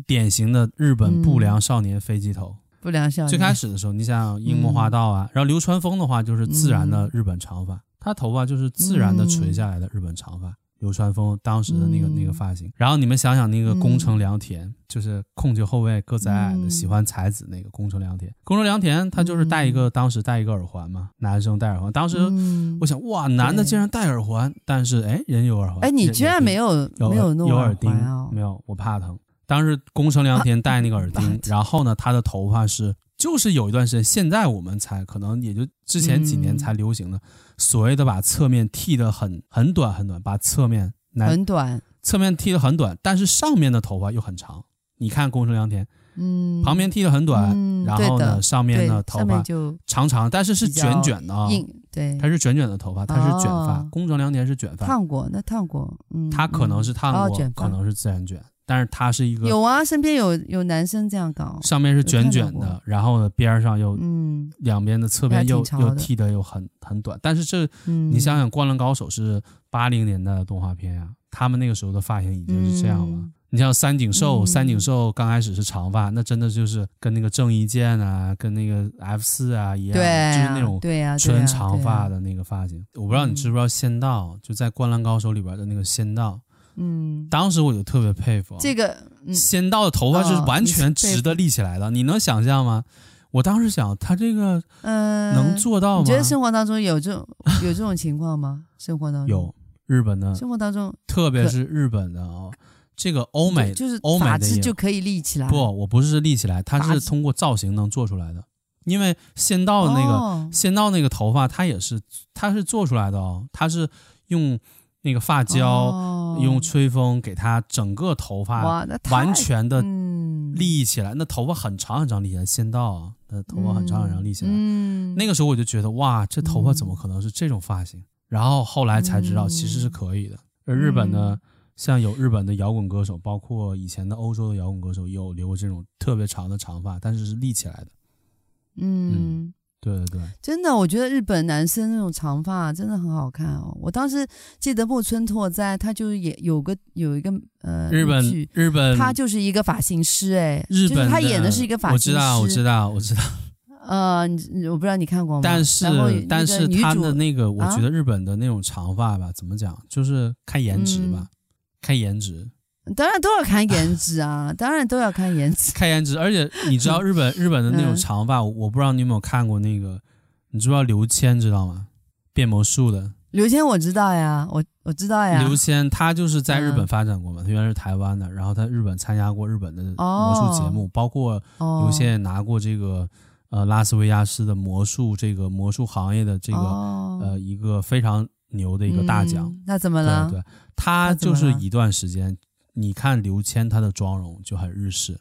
典型的日本嗯不良少年飞机头。 不良少年。最开始的时候，你想想樱木花道啊，嗯然后流川枫的话就是自然的日本长发，他头发就是自然的垂下来的日本长发。流川枫当时的那个、嗯那个发型，然后你们想想那个宫城良田，就是控球后卫，个子矮矮的，嗯喜欢才子那个宫城良田。宫城良田他就是戴一个、当时戴一个耳环嘛，男生戴耳环。当时嗯我想，哇，男的竟然戴耳环，但是哎，人有耳环，哎，你人居然有没有有没耳弄有耳钉环啊，？没有，我怕疼。当时宫城良 田戴那个耳钉，啊然后呢，他的头发是就是有一段时间，现在我们才可能也就之前几年嗯才流行的，所谓的把侧面剃得很很短很短，把侧面男很短，侧面剃得很短，但是上面的头发又很长。你看宫城良田嗯，旁边剃得很短，嗯然后对呢的上面对呢上头面发就长长，但是是比较卷卷的啊、硬，对，他是卷卷的头发，他是卷发哦。宫城良田是卷发，烫过，那烫过，嗯，他可能嗯是烫哦过，卷发可能是自然卷，但是他是一个有啊，身边有有男生这样搞，上面是卷卷有看到的，然后呢边儿上又、嗯两边的侧边又还挺潮的又剃的又很很短，但是这、嗯，你想想，《灌篮高手》是八零年代的动画片呀、他们那个时候的发型已经是这样了。嗯你像三井寿，嗯三井寿刚开始是长发，那真的就是跟那个郑伊健啊，跟那个 F 四啊一样，对啊，就是那种对呀、对啊，纯长发对啊，的那个发型。我不知道你知不知道仙道，就在《灌篮高手》里边的那个仙道，嗯，当时我就特别佩服啊这个嗯仙道的头发是哦完全你是佩服直的立起来的，你能想象吗？我当时想，他这个嗯，能做到吗？你觉得生活当中有这种有这种情况吗？生活当中有日本的，生活当中特别是日本的啊、这个欧美就就是欧美法的治也就可以立起来，不，我不是立起来，它拔是起通过造型能做出来的。因为仙道那个、哦仙道那个头发，它也是它是做出来的哦，它是用那个发胶、哦用吹风给它整个头发哇，那太完全的嗯立起来，那头发很长很长立起来，仙道啊，那头发很长很长立起来。嗯，那个个时候我就觉得哇，这头发怎么可能是这种发型？然后后来才知道嗯其实是可以的。而日本呢，像有日本的摇滚歌手，包括以前的欧洲的摇滚歌手，也有留过这种特别长的长发，但是是立起来的。嗯。对对对，真的，我觉得日本男生那种长发真的很好看哦。我当时记得木村拓哉，他就也有个有一个呃日本剧日本他就是一个发型师哎，嗯日本就是的他演的是一个发我型师，知道我知道我知道，呃，你你我不知道你看过吗？但是然后那个但是女他主的那个，我啊觉得日本的那种长发吧，怎么讲，就是看颜值吧嗯，看颜值，当然都要看颜 值啊，当然都要看颜值。看颜值，而且你知道日 本日本的那种嗯长发，我不知道你有没有看过那个，你知不知道刘谦知道吗？变魔术的刘谦我知道呀，我我知道呀。刘谦，他就是在日本啊嗯发展过嘛，他原来是台湾的，然后他日本参加过日本的魔术节目，包括哦刘谦也拿过这个呃拉斯维加斯的魔术这个魔术行业的这个、哦呃一个非常牛的一个大奖。嗯那怎么了？对对，他他怎就么是了一段时间，你看刘谦他的妆容就很日式，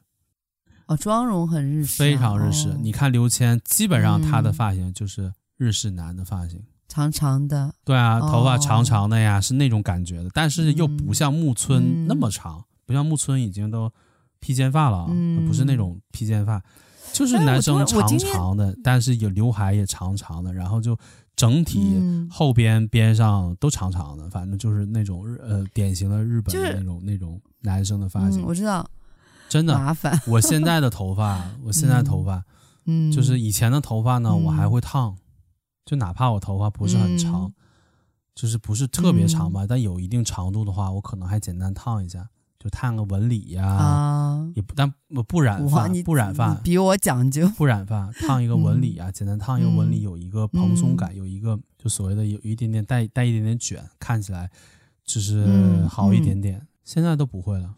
哦，妆容很日式啊，非常日式。哦你看刘谦，基本上他的嗯发型就是日式男的发型。长长的，对啊，哦头发长长的呀，是那种感觉的，但是又不像木村嗯那么长，不像木村已经都披肩发了啊，嗯不是那种披肩发，就是哎男我生突然我长今天长的，但是有刘海也长长的，然后就整体嗯，后边边上都长长的，反正就是那种日呃典型的日本就的是那种那种男生的发型嗯，我知道，真的。麻烦，我现在的头发，我现在头发，嗯，就是以前的头发呢，嗯我还会烫，就哪怕我头发不是很长，嗯就是不是特别长吧，但有一定长度的话，我可能还简单烫一下，就烫个纹理呀、啊，也不但不不染哇，发你，不染发你，比我讲究，不染发，烫一个纹理啊，简单烫一个纹理，嗯有一个蓬松嗯感，有一个就所谓的有一点点带带一点点卷，看起来就是嗯好一嗯点点。现在都不会了，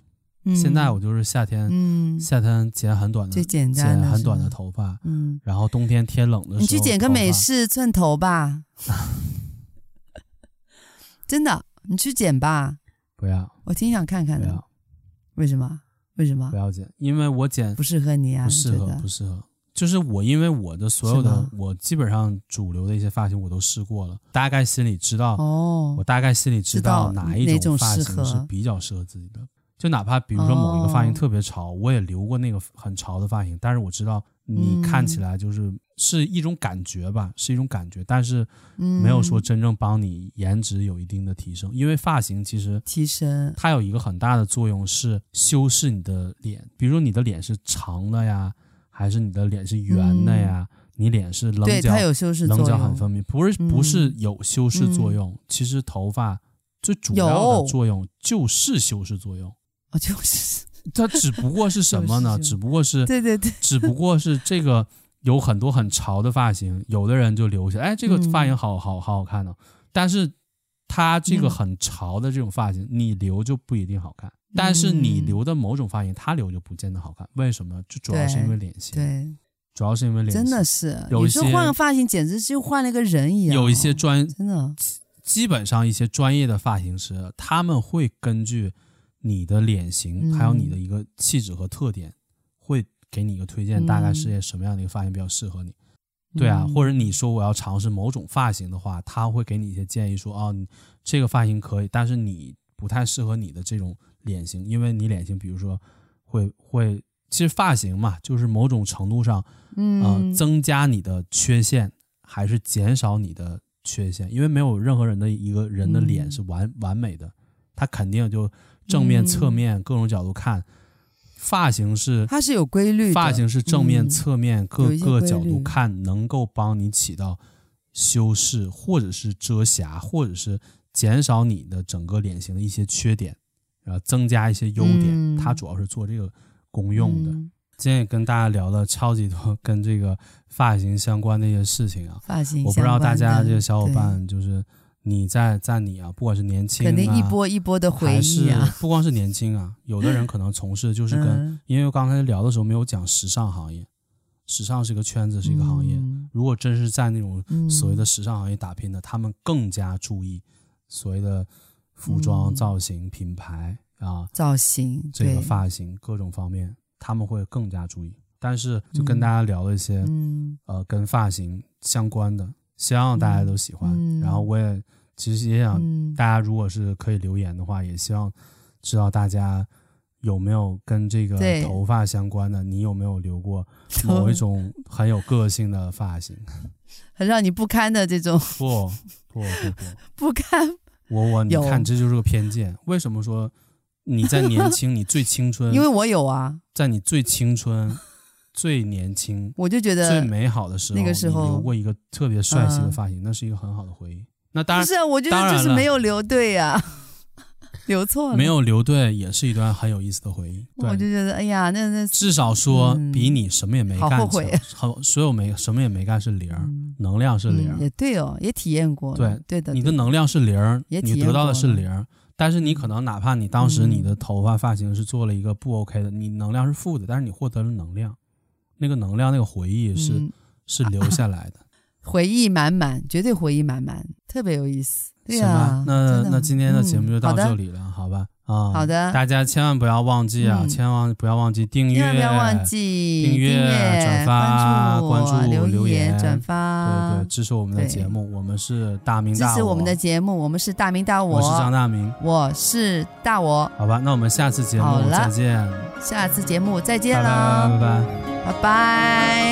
现在我就是夏天，嗯，嗯夏天剪很短的，最简单剪的很是短吧的头发，嗯，然后冬天天冷的时候，你去剪个头发美式寸头吧，真的，你去剪吧，不要我挺想看看不的。要为什么？为什么不？要剪，因为我剪不适合你啊？啊不适合你觉得不适合，就是我因为我的所有是的吗我基本上主流的一些发型我都试过了，大概心里知道，我哦，大概心里知道知道哪哪一种发适型是合比较适合自己的。就哪怕比如说某一个发型哦特别潮，我也留过那个很潮的发型，但是我知道你嗯看起来就是、是一种感觉吧，是一种感觉，但是嗯没有说真正帮你颜值有一定的提升，因为发型其实提升，它有一个很大的作用是修饰你的脸，比如说你的脸是长的呀，还是你的脸是圆的呀，你脸是棱嗯对角它，有修饰作棱用，角很分明，不是嗯不是有修饰作用，其实头发最主要的有作用就是修饰作用，哦，就是 它只不过是什么呢？就是只不过是对对对，只不过是这个有很多很潮的发型，有的人就留下，哎，这个嗯发型好好好好看呢、但是他这个嗯很潮的这种发型，你留就不一定好看。但是你留的某种发型，他留就不见得好看。为什么呢？就主要是因为脸型，，对，主要是因为脸型。真的是，有一有时候些换个发型简直就换了一个人一样。有一些专，真的，基本上一些专业的发型师，他们会根据你的脸型，嗯还有你的一个气质和特点，会给你一个推荐，嗯大概是什么样的一个发型比较适合你。对啊，嗯或者你说我要尝试某种发型的话，他会给你一些建议说，哦，你这个发型可以，但是你不太适合你的这种脸型，因为你脸型，比如说会会，其实发型嘛，就是某种程度上，呃嗯，，增加你的缺陷，还是减少你的缺陷，因为没有任何人的一个人的脸嗯是完、完美的，他肯定就正面、嗯侧面各种角度看。发型是它是有规律的，发型是正面、嗯侧面各有一些个规角度律看，能够帮你起到修饰，或者是遮瑕，或者是减少你的整个脸型的一些缺点，然后增加一些优点。嗯它主要是做这个功用的。嗯今天也跟大家聊了超级多跟这个发型相关的一些事情啊，发型我不知道大家相关的这个小伙伴就是你在在你啊，不管是年轻对肯定一啊，波一波的回还忆是啊，不光是年轻啊，有的人可能从事 就是跟嗯因为刚才聊的时候没有讲时尚行业，时尚是一个圈子，是一个行业。嗯如果真是在那种嗯所谓的时尚行业打拼的，他们更加注意所谓的服装嗯造型、品牌啊，造型，这个对，发型各种方面，他们会更加注意。但是就跟大家聊了一些、嗯呃跟发型相关的，希望大家都喜欢。嗯然后我也其实也想嗯，大家如果是可以留言的话，也希望知道大家有没有跟这个对头发相关的，你有没有留过某一种很有个性的发型？很让你不堪的这种 不不不 不，不堪，我我你有看这就是个偏见。为什么说你在年 轻，你最青春，因为我有啊，在你最青春、最年轻、我就觉最得美好的时候，那个时候你留过一个特别帅气的嗯发型，那是一个很好的回忆。那当不然，是啊，我觉当得就然是了没有留对呀、 留错了，没，有留队也是一段很有意思的回忆。对我就觉得哎呀，那那至少说嗯比你什么也没干好强，后悔好所有没什么也没干是零儿，嗯能量是零嗯儿，也对哦，也体验过了，对的，啊你对的能量是零儿，也你体验得到的过是了零儿。但是你可能哪怕你当时嗯你的头发发型是做了一个不 OK 的，你能量是负的，但是你获得了能量，那个能量那个回忆是、嗯是留下来的，回忆满满，绝对回忆满满，特别有意思。 对行呀、吧？那真那今天的节目就到嗯、这好的，里了，好吧？啊，好的大家千万不要忘记啊，嗯千万不要忘记订阅，千万不要忘记订阅转发关关注留留言转对发对，，支持我们的啊对节目，我们是大明支大我，持我们的节目。我们是大明大我，我是张大明，我是大我，好吧，那我们下次节哦好目了再见，下次节目再见拜拜拜喽，拜。拜拜